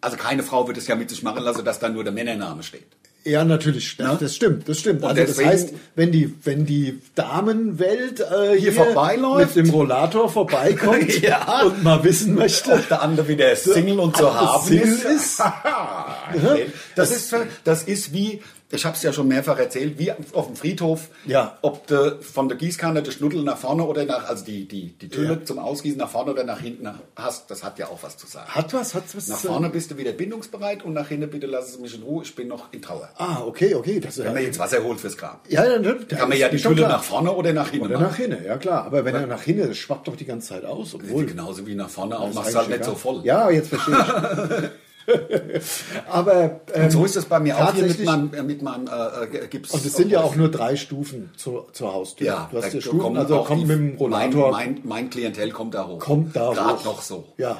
[SPEAKER 3] also keine Frau wird es ja mit sich machen lassen, dass da nur der Männername steht.
[SPEAKER 1] Ja, natürlich. Das,
[SPEAKER 3] Ne?
[SPEAKER 1] das stimmt, das stimmt.
[SPEAKER 3] Und
[SPEAKER 1] Also das
[SPEAKER 3] deswegen-
[SPEAKER 1] heißt, wenn die, wenn die Damenwelt äh, hier,
[SPEAKER 3] vorbeiläuft?
[SPEAKER 1] mit dem Rollator vorbeikommt
[SPEAKER 3] Ja.
[SPEAKER 1] und mal wissen möchte,
[SPEAKER 3] Ob der andere wieder Single und zu
[SPEAKER 1] ob das
[SPEAKER 3] haben
[SPEAKER 1] Single
[SPEAKER 3] ist.
[SPEAKER 1] ist.
[SPEAKER 3] Nee, Das ist, das ist wie, ich habe es ja schon mehrfach erzählt, wie auf dem Friedhof,
[SPEAKER 1] Ja.
[SPEAKER 3] ob de, von der Gießkanne der Schnuddel nach vorne oder nach, also die, die, die Tülle
[SPEAKER 1] Ja.
[SPEAKER 3] zum Ausgießen nach vorne oder nach hinten hast, das hat ja auch was zu sagen.
[SPEAKER 1] Hat was, hat was.
[SPEAKER 3] nach
[SPEAKER 1] zu-
[SPEAKER 3] vorne bist du wieder bindungsbereit und nach hinten bitte lass es mich in Ruhe, ich bin noch in Trauer.
[SPEAKER 1] Ah, okay, okay. Das,
[SPEAKER 3] Wenn man jetzt Wasser holt fürs Grab,
[SPEAKER 1] ja, dann, dann,
[SPEAKER 3] kann man ja die
[SPEAKER 1] ist schon
[SPEAKER 3] Tülle
[SPEAKER 1] klar.
[SPEAKER 3] nach vorne ne? oder nach hinten
[SPEAKER 1] Oder
[SPEAKER 3] machen.
[SPEAKER 1] nach hinten, ja klar. Aber wenn er nach hinten, das schwappt doch die ganze Zeit aus, obwohl.
[SPEAKER 3] Genauso wie nach vorne auch,
[SPEAKER 1] Das ist
[SPEAKER 3] machst genau. du halt
[SPEAKER 1] eigentlich
[SPEAKER 3] nicht so
[SPEAKER 1] egal.
[SPEAKER 3] voll.
[SPEAKER 1] Ja, jetzt verstehe ich. Aber ähm,
[SPEAKER 3] Und so ist es bei mir auch hier mit
[SPEAKER 1] tatsächlich-
[SPEAKER 3] meinem, äh, mit meinem äh, äh, Gips.
[SPEAKER 1] Und es sind ja auch nur drei Stufen zur, zur Haustür.
[SPEAKER 3] Ja,
[SPEAKER 1] du hast
[SPEAKER 3] da
[SPEAKER 1] ja Stufen,
[SPEAKER 3] kommen
[SPEAKER 1] also
[SPEAKER 3] auch
[SPEAKER 1] kommt
[SPEAKER 3] die-
[SPEAKER 1] mit dem Rollator,
[SPEAKER 3] Mein, mein, mein Klientel kommt da hoch.
[SPEAKER 1] kommt da
[SPEAKER 3] Gerade
[SPEAKER 1] hoch.
[SPEAKER 3] noch so.
[SPEAKER 1] Ja,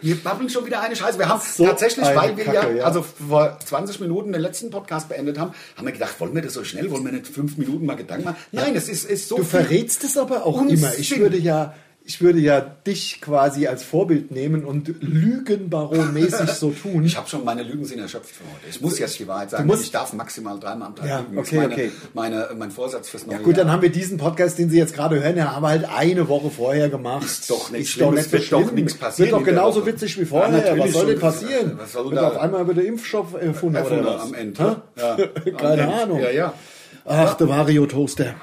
[SPEAKER 3] Wir babbeln schon wieder eine Scheiße. Wir haben
[SPEAKER 1] So
[SPEAKER 3] tatsächlich,
[SPEAKER 1] eine
[SPEAKER 3] weil wir
[SPEAKER 1] Kacke,
[SPEAKER 3] ja,
[SPEAKER 1] ja.
[SPEAKER 3] also vor 20 Minuten den letzten Podcast beendet haben, haben wir gedacht, wollen wir das so schnell, wollen wir nicht fünf Minuten mal Gedanken machen? Nein, es ist, ist so
[SPEAKER 1] du
[SPEAKER 3] viel.
[SPEAKER 1] verrätst es aber auch
[SPEAKER 3] Unsinn.
[SPEAKER 1] immer. Ich würde ja, ich würde ja dich quasi als Vorbild nehmen und Lügenbaron-mäßig so tun.
[SPEAKER 3] Ich habe schon, meine Lügen sind erschöpft für heute. Ich muss jetzt die Wahrheit sagen.
[SPEAKER 1] musst-
[SPEAKER 3] ich darf maximal dreimal am Tag
[SPEAKER 1] Ja,
[SPEAKER 3] lügen. Das ist
[SPEAKER 1] okay,
[SPEAKER 3] meine,
[SPEAKER 1] okay.
[SPEAKER 3] Meine, mein Vorsatz fürs neue
[SPEAKER 1] Gut,
[SPEAKER 3] Jahr.
[SPEAKER 1] dann haben wir diesen Podcast, den Sie jetzt gerade hören, ja, haben wir halt eine Woche vorher gemacht.
[SPEAKER 3] Ist doch nicht
[SPEAKER 1] Ist
[SPEAKER 3] schlimm,
[SPEAKER 1] doch
[SPEAKER 3] es
[SPEAKER 1] nicht so
[SPEAKER 3] wird
[SPEAKER 1] schlimm.
[SPEAKER 3] doch nichts passieren
[SPEAKER 1] Wird doch
[SPEAKER 3] in der
[SPEAKER 1] genauso
[SPEAKER 3] Woche.
[SPEAKER 1] witzig wie
[SPEAKER 3] Ja,
[SPEAKER 1] vorher.
[SPEAKER 3] natürlich
[SPEAKER 1] was soll denn
[SPEAKER 3] schon.
[SPEAKER 1] passieren?
[SPEAKER 3] Was soll
[SPEAKER 1] Wird
[SPEAKER 3] da-
[SPEAKER 1] auf einmal wird der Impfstoff erfunden,
[SPEAKER 3] Erfunden
[SPEAKER 1] oder was?
[SPEAKER 3] am Ende.
[SPEAKER 1] Hä?
[SPEAKER 3] Ja, am
[SPEAKER 1] Keine
[SPEAKER 3] Ende.
[SPEAKER 1] Ahnung.
[SPEAKER 3] Ja, ja.
[SPEAKER 1] Ach, der Vario Toaster.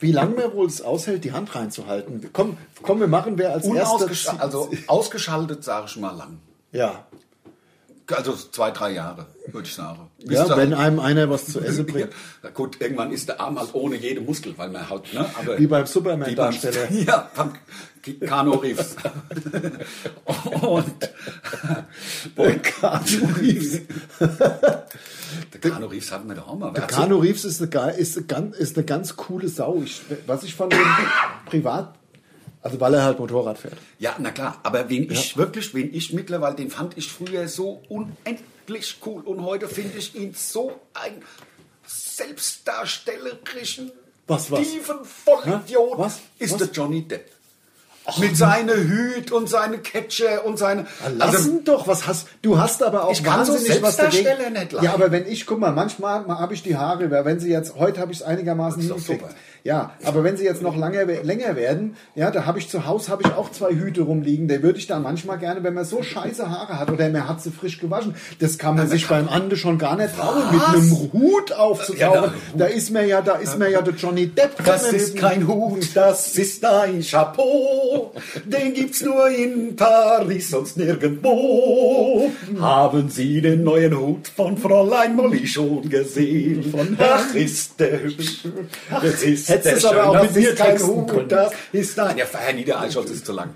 [SPEAKER 1] Wie lange mir wohl es aushält, die Hand reinzuhalten? Komm, komm, wir machen, wer als
[SPEAKER 3] Unausgesch
[SPEAKER 1] erstes.
[SPEAKER 3] also ausgeschaltet, sage ich mal lang.
[SPEAKER 1] ja.
[SPEAKER 3] Also zwei, drei Jahre, würde ich sagen. Bis
[SPEAKER 1] ja,
[SPEAKER 3] da-
[SPEAKER 1] wenn einem einer was zu essen bringt.
[SPEAKER 3] Ja, gut, irgendwann ist der Arm halt ohne jede Muskel, weil man halt, ne? Aber
[SPEAKER 1] Wie beim
[SPEAKER 3] wie beim-
[SPEAKER 1] Superman-Darsteller.
[SPEAKER 3] Ja, beim K- Kano Reeves. Und
[SPEAKER 1] Kanu Reeves.
[SPEAKER 3] der Kano Reeves hatten wir doch auch mal. Der
[SPEAKER 1] Kanu Reeves ist eine, geil- ist, eine ganz, ist eine ganz coole Sau. Ich, was ich von dem privat, also weil er halt Motorrad fährt.
[SPEAKER 3] ja, na klar, aber wen ich wirklich, wen ich mittlerweile, den fand ich früher so unendlich cool und heute finde ich ihn so ein selbstdarstellerischen
[SPEAKER 1] Was, was?
[SPEAKER 3] tiefen Vollidiot
[SPEAKER 1] Hä? Was?
[SPEAKER 3] ist
[SPEAKER 1] Was?
[SPEAKER 3] der Johnny Depp. Mit seine Hüt und seine Catcher und Also seine
[SPEAKER 1] Lass ihn Also, doch, was hast du hast aber auch
[SPEAKER 3] Ich kann so
[SPEAKER 1] wahnsinnig was dagegen.
[SPEAKER 3] Selbstdarsteller nicht leiden.
[SPEAKER 1] ja, aber wenn ich guck mal, manchmal mal habe ich die Haare, weil wenn sie jetzt heute habe ich es einigermaßen
[SPEAKER 3] Ist doch
[SPEAKER 1] hingekriegt.
[SPEAKER 3] super.
[SPEAKER 1] Ja, aber wenn sie jetzt noch lange länger werden, ja, da habe ich zu Hause habe ich auch zwei Hüte rumliegen, der würde ich da manchmal gerne, wenn man so scheiße Haare hat oder man hat sie frisch gewaschen, das kann man sich beim Ande schon gar nicht trauen mit einem Hut aufzutauchen.
[SPEAKER 3] Ja,
[SPEAKER 1] da ist mir ja, da ist mir ja der Johnny Depp.
[SPEAKER 3] Das
[SPEAKER 1] drin im
[SPEAKER 3] ist kein Hut, das ist ein Chapeau. Den gibt's nur in Paris, sonst nirgendwo. Haben Sie den neuen Hut von Fräulein Molly schon gesehen? Von Ach, ist der hübsch. Das ist
[SPEAKER 1] hättest
[SPEAKER 3] der
[SPEAKER 1] du's aber
[SPEAKER 3] schön
[SPEAKER 1] auch mit
[SPEAKER 3] rasierte
[SPEAKER 1] Biertexten
[SPEAKER 3] Hut,
[SPEAKER 1] können.
[SPEAKER 3] Das ist ein... Ja, Herr Niedereischholz ist zu lang.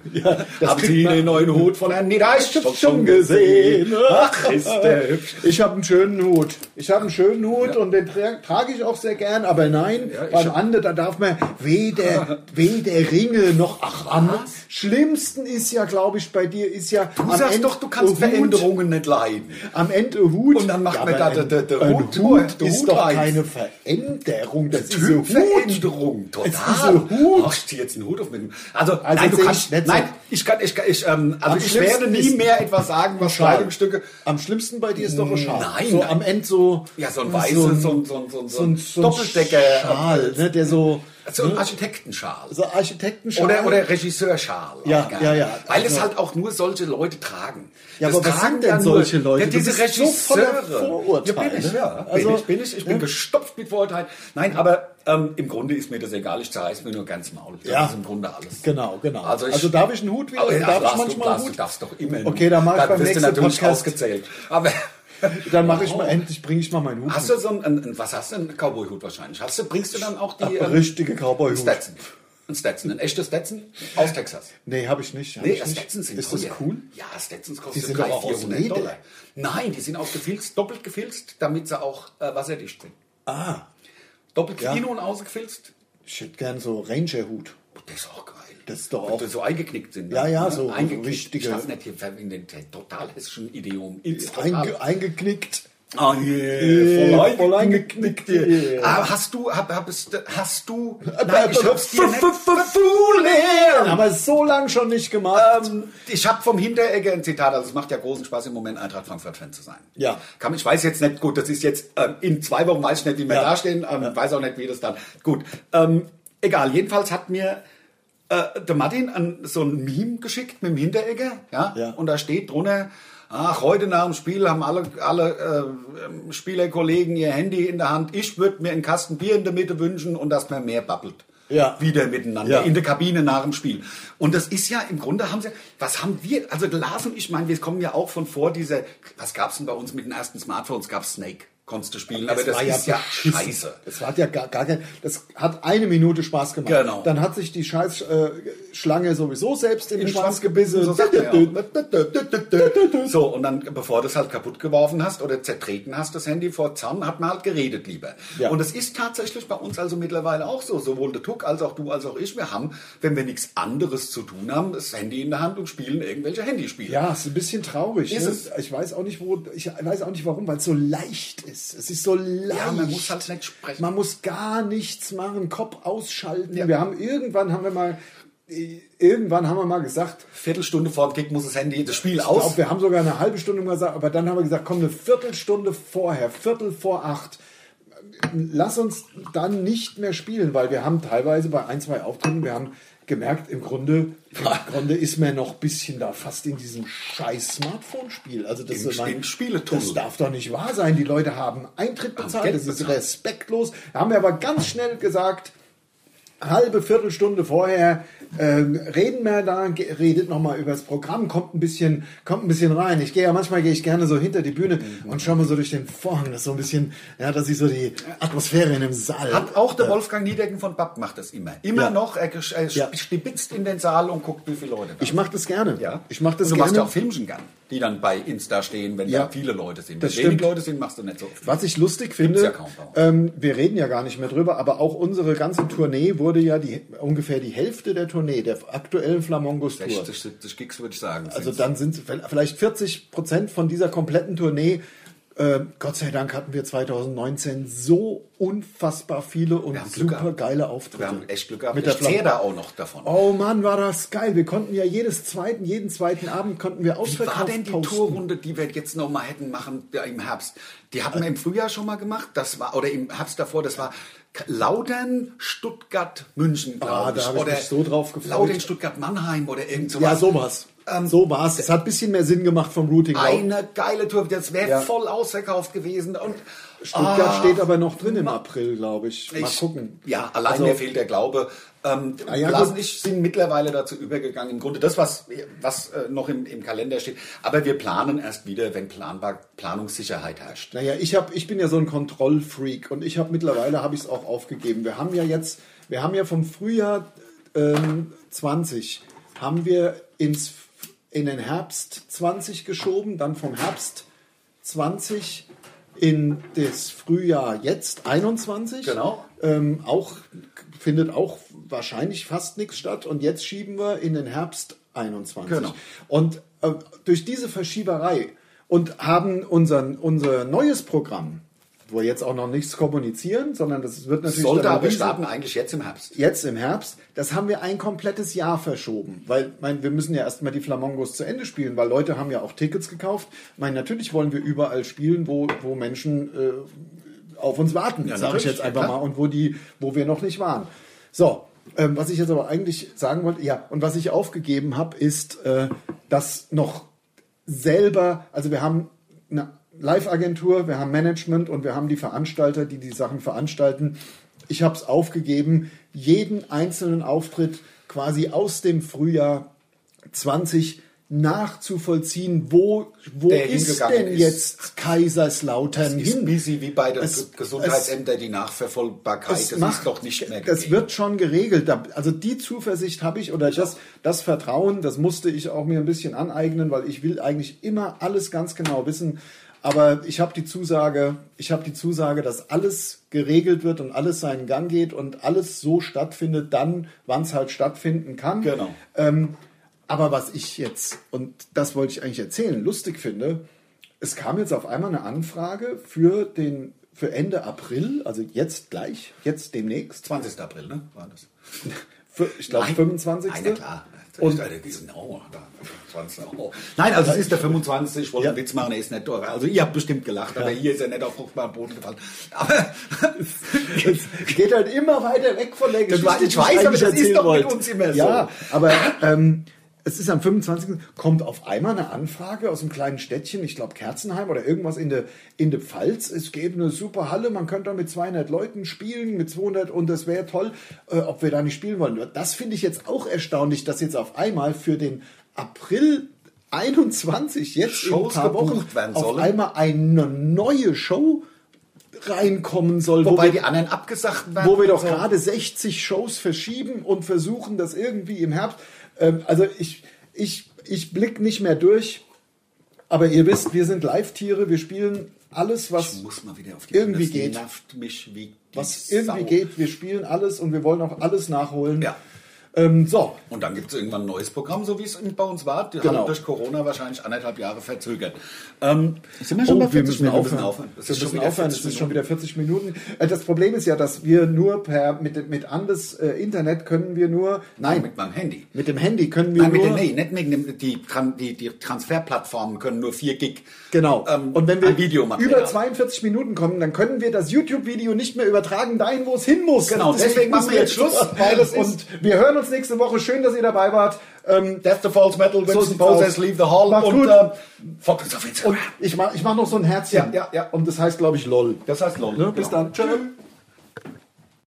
[SPEAKER 1] das
[SPEAKER 3] Haben
[SPEAKER 1] kriegt
[SPEAKER 3] Sie
[SPEAKER 1] man-
[SPEAKER 3] den neuen Hut von Herrn Niedereischholz schon
[SPEAKER 1] schon
[SPEAKER 3] gesehen?
[SPEAKER 1] gesehen.
[SPEAKER 3] Ach, ist der hübsch.
[SPEAKER 1] Ich habe einen schönen Hut. Ich habe einen schönen Hut und den tra trage ich auch sehr gern. Aber nein,
[SPEAKER 3] Ja, ich
[SPEAKER 1] beim
[SPEAKER 3] hab- Ah.
[SPEAKER 1] Ande, da darf man weder, weder Ringe noch ach am schlimmsten ist ja, glaube ich, bei dir ist ja
[SPEAKER 3] Du sagst doch, du kannst Veränderungen nicht leiden.
[SPEAKER 1] Am Ende ein Hut.
[SPEAKER 3] Und dann macht man
[SPEAKER 1] aber
[SPEAKER 3] da
[SPEAKER 1] ein,
[SPEAKER 3] de- de- de
[SPEAKER 1] ein
[SPEAKER 3] Hut-
[SPEAKER 1] Hut,
[SPEAKER 3] de
[SPEAKER 1] ist
[SPEAKER 3] Hut
[SPEAKER 1] doch
[SPEAKER 3] rein.
[SPEAKER 1] keine Veränderung. Das, ist ein Hut.
[SPEAKER 3] Veränderung, total.
[SPEAKER 1] Es ist ein Hut.
[SPEAKER 3] Ach, ich zieh jetzt einen Hut auf mit dem. Also,
[SPEAKER 1] Also
[SPEAKER 3] nein, du
[SPEAKER 1] sehe
[SPEAKER 3] kannst.
[SPEAKER 1] ich nicht so.
[SPEAKER 3] nein, ich kann, ich kann, ich, ähm, also
[SPEAKER 1] Am
[SPEAKER 3] ich werde
[SPEAKER 1] schlimmsten
[SPEAKER 3] nie
[SPEAKER 1] ist-
[SPEAKER 3] mehr etwas sagen, was
[SPEAKER 1] Schal.
[SPEAKER 3] Kleidungsstücke.
[SPEAKER 1] Am schlimmsten bei dir ist doch ein Schal.
[SPEAKER 3] Nein.
[SPEAKER 1] So am Ende so.
[SPEAKER 3] Ja, so ein
[SPEAKER 1] so
[SPEAKER 3] weißes,
[SPEAKER 1] ein,
[SPEAKER 3] so ein, so ein, so ein, so
[SPEAKER 1] so ein,
[SPEAKER 3] ein
[SPEAKER 1] so ein
[SPEAKER 3] Doppeldecker.
[SPEAKER 1] Schal, ne, der so.
[SPEAKER 3] So ein Also Architektenschal.
[SPEAKER 1] So Architektenschal.
[SPEAKER 3] Oder, oder Regisseurschal.
[SPEAKER 1] Ja,
[SPEAKER 3] Auch gerne.
[SPEAKER 1] ja, ja.
[SPEAKER 3] Weil
[SPEAKER 1] Also-
[SPEAKER 3] es halt auch nur solche Leute tragen.
[SPEAKER 1] Ja,
[SPEAKER 3] Das
[SPEAKER 1] aber was
[SPEAKER 3] tragen
[SPEAKER 1] sind denn
[SPEAKER 3] ja nur-
[SPEAKER 1] solche Leute?
[SPEAKER 3] Ja,
[SPEAKER 1] Du
[SPEAKER 3] diese
[SPEAKER 1] bist so voller
[SPEAKER 3] Regisseure.
[SPEAKER 1] Vorurteile.
[SPEAKER 3] Ja, bin ich, ja.
[SPEAKER 1] Also-
[SPEAKER 3] bin ich, bin ich. Ich bin gestopft mit Vorurteilen. Nein, aber ähm, im Grunde ist mir das egal. Ich zerreiß mir nur ganz Maul. Das
[SPEAKER 1] Ja.
[SPEAKER 3] ist im Grunde alles.
[SPEAKER 1] Genau, genau.
[SPEAKER 3] Also, ich,
[SPEAKER 1] Also darf ich einen Hut wieder?
[SPEAKER 3] Aber
[SPEAKER 1] Also
[SPEAKER 3] ja,
[SPEAKER 1] darf ich
[SPEAKER 3] darfst
[SPEAKER 1] manchmal
[SPEAKER 3] du, darfst,
[SPEAKER 1] einen Hut?
[SPEAKER 3] Du darfst doch immer. einen
[SPEAKER 1] Okay,
[SPEAKER 3] Hut.
[SPEAKER 1] dann mach ich beim
[SPEAKER 3] wirst du
[SPEAKER 1] nächsten
[SPEAKER 3] natürlich
[SPEAKER 1] Podcast.
[SPEAKER 3] ausgezählt. Aber
[SPEAKER 1] Dann mache ich mal endlich, bringe ich mal meinen Hut.
[SPEAKER 3] hast du so einen, einen, was hast du einen Cowboy-Hut wahrscheinlich? Hast du, bringst du dann auch die
[SPEAKER 1] mit.
[SPEAKER 3] ähm,
[SPEAKER 1] richtige
[SPEAKER 3] einen
[SPEAKER 1] Cowboy-Hut.
[SPEAKER 3] Stetson? Ein Stetson, ein echtes Stetson aus Texas.
[SPEAKER 1] Nee, habe ich nicht. Hab
[SPEAKER 3] Nee,
[SPEAKER 1] ich nicht.
[SPEAKER 3] Stetsons sind
[SPEAKER 1] Ist das
[SPEAKER 3] teuer.
[SPEAKER 1] cool?
[SPEAKER 3] Ja, Stetsons
[SPEAKER 1] Die
[SPEAKER 3] kostet
[SPEAKER 1] sind
[SPEAKER 3] 300,
[SPEAKER 1] aber aus
[SPEAKER 3] 400
[SPEAKER 1] Leder.
[SPEAKER 3] Dollar. Nein, die sind auch gefilzt, doppelt gefilzt, damit sie auch äh, wasserdicht sind.
[SPEAKER 1] Ah,
[SPEAKER 3] Doppelt
[SPEAKER 1] Ja.
[SPEAKER 3] innen und außen gefilzt.
[SPEAKER 1] ich hätte gern so Ranger-Hut.
[SPEAKER 3] Das ist auch geil.
[SPEAKER 1] das ist doch
[SPEAKER 3] Ob
[SPEAKER 1] auch.
[SPEAKER 3] die so eingeknickt sind. ne?
[SPEAKER 1] Ja, ja, so- so
[SPEAKER 3] eingeknickt.
[SPEAKER 1] richtige-
[SPEAKER 3] Ich schaff's nicht hier in den te- total hessischen Idiom. It's total.
[SPEAKER 1] Einge, eingeknickt.
[SPEAKER 3] Ah, yeah,
[SPEAKER 1] Yeah,
[SPEAKER 3] voll
[SPEAKER 1] voll
[SPEAKER 3] eingeknickt
[SPEAKER 1] eingeknickt
[SPEAKER 3] hier.
[SPEAKER 1] hier.
[SPEAKER 3] Aber hast du, hab, habest, hast du, nein,
[SPEAKER 1] aber-
[SPEAKER 3] ich hab's dir
[SPEAKER 1] f- f-
[SPEAKER 3] nicht.
[SPEAKER 1] Aber so lang schon nicht gemacht.
[SPEAKER 3] Ähm, ich habe vom Hinteregger ein Zitat, also es macht ja großen Spaß im Moment, Eintracht Frankfurt-Fan zu sein.
[SPEAKER 1] Ja.
[SPEAKER 3] Kann, ich weiß jetzt nicht, gut, das ist jetzt, ähm, in zwei Wochen weiß ich nicht, wie wir
[SPEAKER 1] Ja.
[SPEAKER 3] dastehen, ähm, weiß auch nicht, wie das dann, gut. Ähm, egal, jedenfalls hat mir äh, der Martin an, so ein Meme geschickt mit dem Hinteregger, ja,
[SPEAKER 1] Ja.
[SPEAKER 3] und da steht drunter, Ach, heute nach dem Spiel haben alle, alle äh, ähm, Spielerkollegen ihr Handy in der Hand. Ich würde mir einen Kasten Bier in der Mitte wünschen und dass man mehr babbelt
[SPEAKER 1] Ja.
[SPEAKER 3] wieder miteinander
[SPEAKER 1] Ja.
[SPEAKER 3] in der Kabine nach dem Spiel. Und das ist ja im Grunde haben sie, was haben wir, also Lars und ich meine, wir kommen ja auch von vor dieser, was gab's denn bei uns mit den ersten Smartphones? Gab's Snake, konntest du spielen, aber das,
[SPEAKER 1] war
[SPEAKER 3] ist ja
[SPEAKER 1] beschissen.
[SPEAKER 3] scheiße.
[SPEAKER 1] Das hat ja gar, gar kein, das hat eine Minute Spaß gemacht.
[SPEAKER 3] Genau.
[SPEAKER 1] Dann hat sich die scheiß äh, Schlange sowieso selbst in den Schwanz gebissen.
[SPEAKER 3] So, sagt man ja. so, und dann, bevor du es halt kaputt geworfen hast oder zertreten hast, das Handy vor Zaun, hat man halt geredet lieber.
[SPEAKER 1] Ja.
[SPEAKER 3] Und es ist tatsächlich bei uns also mittlerweile auch so. Sowohl der Tuck als auch du als auch ich, wir haben, wenn wir nichts anderes zu tun haben, das Handy in der Hand und spielen irgendwelche Handyspiele.
[SPEAKER 1] Ja, ist ein bisschen traurig.
[SPEAKER 3] Ist
[SPEAKER 1] ne?
[SPEAKER 3] es.
[SPEAKER 1] Ich weiß auch nicht, wo, ich weiß auch nicht warum, weil es so leicht ist. Es ist so leicht.
[SPEAKER 3] Ja, man muss halt nicht sprechen.
[SPEAKER 1] Man muss gar nichts machen, Kopf ausschalten.
[SPEAKER 3] Ja.
[SPEAKER 1] Wir haben irgendwann haben wir mal, äh, irgendwann haben wir mal gesagt,
[SPEAKER 3] Viertelstunde vor dem Kick muss das Handy das Spiel
[SPEAKER 1] ich
[SPEAKER 3] aus.
[SPEAKER 1] glaub, wir haben sogar eine halbe Stunde mal gesagt, aber dann haben wir gesagt, komm, eine Viertelstunde vorher, Viertel vor acht. Lass uns dann nicht mehr spielen, weil wir haben teilweise bei ein, zwei Auftritten, wir haben gemerkt, im Grunde, im Grunde ist man noch ein bisschen da fast in diesem scheiß Smartphone-Spiel. Also das,
[SPEAKER 3] Im-
[SPEAKER 1] ist mein-
[SPEAKER 3] im Spieletunnel.
[SPEAKER 1] das darf doch nicht wahr sein. Die Leute haben Eintritt bezahlt,
[SPEAKER 3] Geld
[SPEAKER 1] das ist
[SPEAKER 3] bezahlt.
[SPEAKER 1] respektlos. Da haben wir aber ganz schnell gesagt, halbe Viertelstunde vorher ähm, reden wir da, ge- redet nochmal über das Programm, kommt ein bisschen, kommt ein bisschen rein. Ich gehe ja manchmal gehe ich gerne so hinter die Bühne und schaue mal so durch den Vorhang, dass so ein bisschen, ja, dass ich so die Atmosphäre in dem Saal.
[SPEAKER 3] Hat auch der Wolfgang Niedecken von Bapp macht das immer. Immer
[SPEAKER 1] Ja.
[SPEAKER 3] noch, er gesch- äh,
[SPEAKER 1] Ja.
[SPEAKER 3] stibitzt in den Saal und guckt, wie viele Leute da
[SPEAKER 1] ich mache das gerne.
[SPEAKER 3] Ja.
[SPEAKER 1] Ich mache das
[SPEAKER 3] und du machst
[SPEAKER 1] gerne.
[SPEAKER 3] ja auch Filmchen gern, die dann bei Insta stehen, wenn
[SPEAKER 1] Ja.
[SPEAKER 3] da viele Leute sind.
[SPEAKER 1] Das
[SPEAKER 3] wenn wenig
[SPEAKER 1] stimmt.
[SPEAKER 3] Leute sind, machst du nicht so oft.
[SPEAKER 1] Was ich lustig finde,
[SPEAKER 3] ja kaum bei
[SPEAKER 1] ähm, wir reden ja gar nicht mehr drüber, aber auch unsere ganze Tournee wurde ja die, ungefähr die Hälfte der Tournee, der aktuellen Flamongos-Tour.
[SPEAKER 3] 60, 70 Gigs würde ich sagen.
[SPEAKER 1] Also
[SPEAKER 3] sind's.
[SPEAKER 1] dann sind vielleicht 40 Prozent von dieser kompletten Tournee. Äh, Gott sei Dank hatten wir 2019 so unfassbar viele und
[SPEAKER 3] Wir haben Glück
[SPEAKER 1] super
[SPEAKER 3] gehabt.
[SPEAKER 1] geile Auftritte.
[SPEAKER 3] wir haben echt Glück gehabt.
[SPEAKER 1] Mit der
[SPEAKER 3] ich zähle
[SPEAKER 1] Flamme.
[SPEAKER 3] da auch noch davon.
[SPEAKER 1] Oh Mann, war das geil. Wir konnten ja jedes zweiten, jeden zweiten Abend konnten wir
[SPEAKER 3] Wie
[SPEAKER 1] ausverkauft
[SPEAKER 3] war denn die
[SPEAKER 1] posten.
[SPEAKER 3] Tourrunde, die wir jetzt noch mal hätten machen ja, im Herbst? Die hatten wir im Frühjahr schon mal gemacht, das war oder im Herbst davor, das war K- Lautern, Stuttgart, München,
[SPEAKER 1] Ah,
[SPEAKER 3] glaube
[SPEAKER 1] da
[SPEAKER 3] ich,
[SPEAKER 1] hab ich
[SPEAKER 3] oder
[SPEAKER 1] mich so drauf gefreut.
[SPEAKER 3] Lautern, Stuttgart, Mannheim oder irgend sowas.
[SPEAKER 1] Ja, sowas. so war's. Es hat ein bisschen mehr Sinn gemacht vom Routing.
[SPEAKER 3] ähm, Eine geile Tour, das wäre
[SPEAKER 1] Ja.
[SPEAKER 3] voll ausverkauft gewesen und
[SPEAKER 1] Stuttgart
[SPEAKER 3] Ah,
[SPEAKER 1] steht aber noch drin im April, glaube ich. Mal
[SPEAKER 3] ich-
[SPEAKER 1] gucken.
[SPEAKER 3] Ja, allein
[SPEAKER 1] Also-
[SPEAKER 3] mir fehlt der Glaube. Ähm,
[SPEAKER 1] Ah ja,
[SPEAKER 3] Lars
[SPEAKER 1] gut.
[SPEAKER 3] und ich sind mittlerweile dazu übergegangen, im Grunde das, was, was äh, noch im, im Kalender steht. Aber wir planen erst wieder, wenn planbar, Planungssicherheit herrscht.
[SPEAKER 1] Naja, ich, hab, ich bin ja so ein Kontrollfreak und ich habe mittlerweile habe ich es auch aufgegeben. Wir haben ja jetzt, wir haben ja vom Frühjahr ähm, 20 haben wir ins in den Herbst 20 geschoben, dann vom Herbst 20 in das Frühjahr jetzt 21.
[SPEAKER 3] Genau.
[SPEAKER 1] Ähm, auch findet auch wahrscheinlich fast nichts statt und jetzt schieben wir in den Herbst 21.
[SPEAKER 3] Genau.
[SPEAKER 1] Und äh, durch diese Verschieberei und haben unseren, unser neues Programm, wo wir jetzt auch noch nichts kommunizieren, sondern das wird natürlich
[SPEAKER 3] Sollte
[SPEAKER 1] dann
[SPEAKER 3] aber
[SPEAKER 1] riesen-
[SPEAKER 3] starten eigentlich jetzt im Herbst.
[SPEAKER 1] jetzt im Herbst, das haben wir ein komplettes Jahr verschoben. Weil, mein, wir müssen ja erstmal die Flamongos zu Ende spielen, weil Leute haben ja auch Tickets gekauft. Mein, natürlich wollen wir überall spielen, wo, wo Menschen äh, auf uns warten,
[SPEAKER 3] Ja,
[SPEAKER 1] sage
[SPEAKER 3] natürlich,
[SPEAKER 1] ich jetzt einfach
[SPEAKER 3] klar.
[SPEAKER 1] mal, und wo, die, wo wir noch nicht waren. So, ähm, was ich jetzt aber eigentlich sagen wollte, ja, und was ich aufgegeben habe, ist, äh, dass noch selber, also wir haben eine Live-Agentur, wir haben Management und wir haben die Veranstalter, die die Sachen veranstalten. Ich habe es aufgegeben, jeden einzelnen Auftritt quasi aus dem Frühjahr 20 nachzuvollziehen, wo, wo
[SPEAKER 3] Der
[SPEAKER 1] ist
[SPEAKER 3] hingegangen
[SPEAKER 1] denn
[SPEAKER 3] ist.
[SPEAKER 1] jetzt Kaiserslautern
[SPEAKER 3] Ist
[SPEAKER 1] hin?
[SPEAKER 3] busy wie bei den
[SPEAKER 1] Es-
[SPEAKER 3] Gesundheitsämtern die Nachverfolgbarkeit.
[SPEAKER 1] es
[SPEAKER 3] Das ist doch nicht mehr
[SPEAKER 1] Das
[SPEAKER 3] gegeben.
[SPEAKER 1] wird schon geregelt. Da- Also die Zuversicht habe ich oder das, das Vertrauen, das musste ich auch mir ein bisschen aneignen, weil ich will eigentlich immer alles ganz genau wissen. Aber ich habe die Zusage, ich habe die Zusage, dass alles geregelt wird und alles seinen Gang geht und alles so stattfindet, dann, wann es halt stattfinden kann.
[SPEAKER 3] Genau.
[SPEAKER 1] Ähm, aber was ich jetzt, und das wollte ich eigentlich erzählen, lustig finde, es kam jetzt auf einmal eine Anfrage für den für Ende April, also jetzt gleich, jetzt demnächst,
[SPEAKER 3] 20. April, ne? War das?
[SPEAKER 1] für, ich glaube
[SPEAKER 3] Nein.
[SPEAKER 1] 25.
[SPEAKER 3] Nein, na klar.
[SPEAKER 1] Und-
[SPEAKER 3] Und die sind auch da. 20 Euro. Nein, also es ist der 25, ich wollte einen
[SPEAKER 1] Ja.
[SPEAKER 3] Witz machen, er ist nicht teurer. Also ihr habt bestimmt gelacht, aber hier ist er nicht auf fruchtbaren Boden gefallen. Aber
[SPEAKER 1] geht halt immer weiter weg von der Geschichte.
[SPEAKER 3] war- ich
[SPEAKER 1] die
[SPEAKER 3] weiß,
[SPEAKER 1] eigentlich
[SPEAKER 3] aber das ist
[SPEAKER 1] erzählen
[SPEAKER 3] doch mit
[SPEAKER 1] wollte.
[SPEAKER 3] uns immer so.
[SPEAKER 1] Ja, aber ähm, es ist am 25. kommt auf einmal eine Anfrage aus einem kleinen Städtchen, ich glaube Kerzenheim oder irgendwas in der in der Pfalz. Es gäbe eine super Halle, man könnte da mit 200 Leuten spielen, mit 200 und das wäre toll, äh, ob wir da nicht spielen wollen. Das finde ich jetzt auch erstaunlich, dass jetzt auf einmal für den April 21 jetzt
[SPEAKER 3] Shows
[SPEAKER 1] in ein paar Wochen
[SPEAKER 3] gebucht werden
[SPEAKER 1] auf
[SPEAKER 3] sollen.
[SPEAKER 1] einmal eine neue Show reinkommen soll,
[SPEAKER 3] wobei
[SPEAKER 1] wir-
[SPEAKER 3] die anderen abgesagt werden.
[SPEAKER 1] wo wir doch
[SPEAKER 3] Äh, So.
[SPEAKER 1] gerade 60 Shows verschieben und versuchen, das irgendwie im Herbst. Ähm, also ich, ich, ich blick nicht mehr durch. Aber ihr wisst, wir sind Live-Tiere, wir spielen alles, was,
[SPEAKER 3] Ich muss mal wieder auf die
[SPEAKER 1] irgendwie
[SPEAKER 3] Das
[SPEAKER 1] geht.
[SPEAKER 3] nervt mich wie die
[SPEAKER 1] was irgendwie
[SPEAKER 3] Sau.
[SPEAKER 1] geht. Wir spielen alles und wir wollen auch alles nachholen.
[SPEAKER 3] Ja.
[SPEAKER 1] Ähm, so,
[SPEAKER 3] Und dann gibt es irgendwann ein neues Programm, so wie es bei uns war. Die
[SPEAKER 1] Genau.
[SPEAKER 3] haben durch Corona wahrscheinlich anderthalb Jahre verzögert. Ähm, sind wir
[SPEAKER 1] Oh,
[SPEAKER 3] bei
[SPEAKER 1] wir
[SPEAKER 3] 40
[SPEAKER 1] müssen
[SPEAKER 3] Minuten?
[SPEAKER 1] aufhören.
[SPEAKER 3] Das
[SPEAKER 1] Wir
[SPEAKER 3] ist schon
[SPEAKER 1] müssen
[SPEAKER 3] wieder
[SPEAKER 1] aufhören. Es
[SPEAKER 3] 40
[SPEAKER 1] ist schon wieder 40 Minuten. Äh, Das Problem ist ja, dass wir nur per mit mit Andes äh, Internet können wir nur.
[SPEAKER 3] Nein,
[SPEAKER 1] Nein,
[SPEAKER 3] mit meinem Handy.
[SPEAKER 1] mit dem Handy können wir
[SPEAKER 3] Nein, Ah, mit
[SPEAKER 1] nur.
[SPEAKER 3] den, nee, nicht mit dem, die, Tran- die, die Transferplattformen können nur 4 Gig.
[SPEAKER 1] Genau.
[SPEAKER 3] Ähm,
[SPEAKER 1] und wenn wir
[SPEAKER 3] an Videomaterial.
[SPEAKER 1] über 42 Minuten kommen, dann können wir das YouTube-Video nicht mehr übertragen, dahin, wo es hin muss.
[SPEAKER 3] Genau, deswegen machen wir jetzt Schluss, weil es
[SPEAKER 1] und wir hören uns nächste Woche. Schön, dass ihr dabei wart. Ähm,
[SPEAKER 3] That's the false metal,
[SPEAKER 1] So
[SPEAKER 3] Winston
[SPEAKER 1] sieht's
[SPEAKER 3] Poses,
[SPEAKER 1] aus.
[SPEAKER 3] leave the hall
[SPEAKER 1] Macht's
[SPEAKER 3] und
[SPEAKER 1] gut.
[SPEAKER 3] ähm, folgt uns auf Instagram.
[SPEAKER 1] und ich mache ich mach noch so ein
[SPEAKER 3] Ja,
[SPEAKER 1] Herzchen.
[SPEAKER 3] ja, ja.
[SPEAKER 1] Und das heißt, glaube ich, LOL.
[SPEAKER 3] das heißt, Leute,
[SPEAKER 1] Ne? Bis
[SPEAKER 3] genau.
[SPEAKER 1] dann. Tschüss.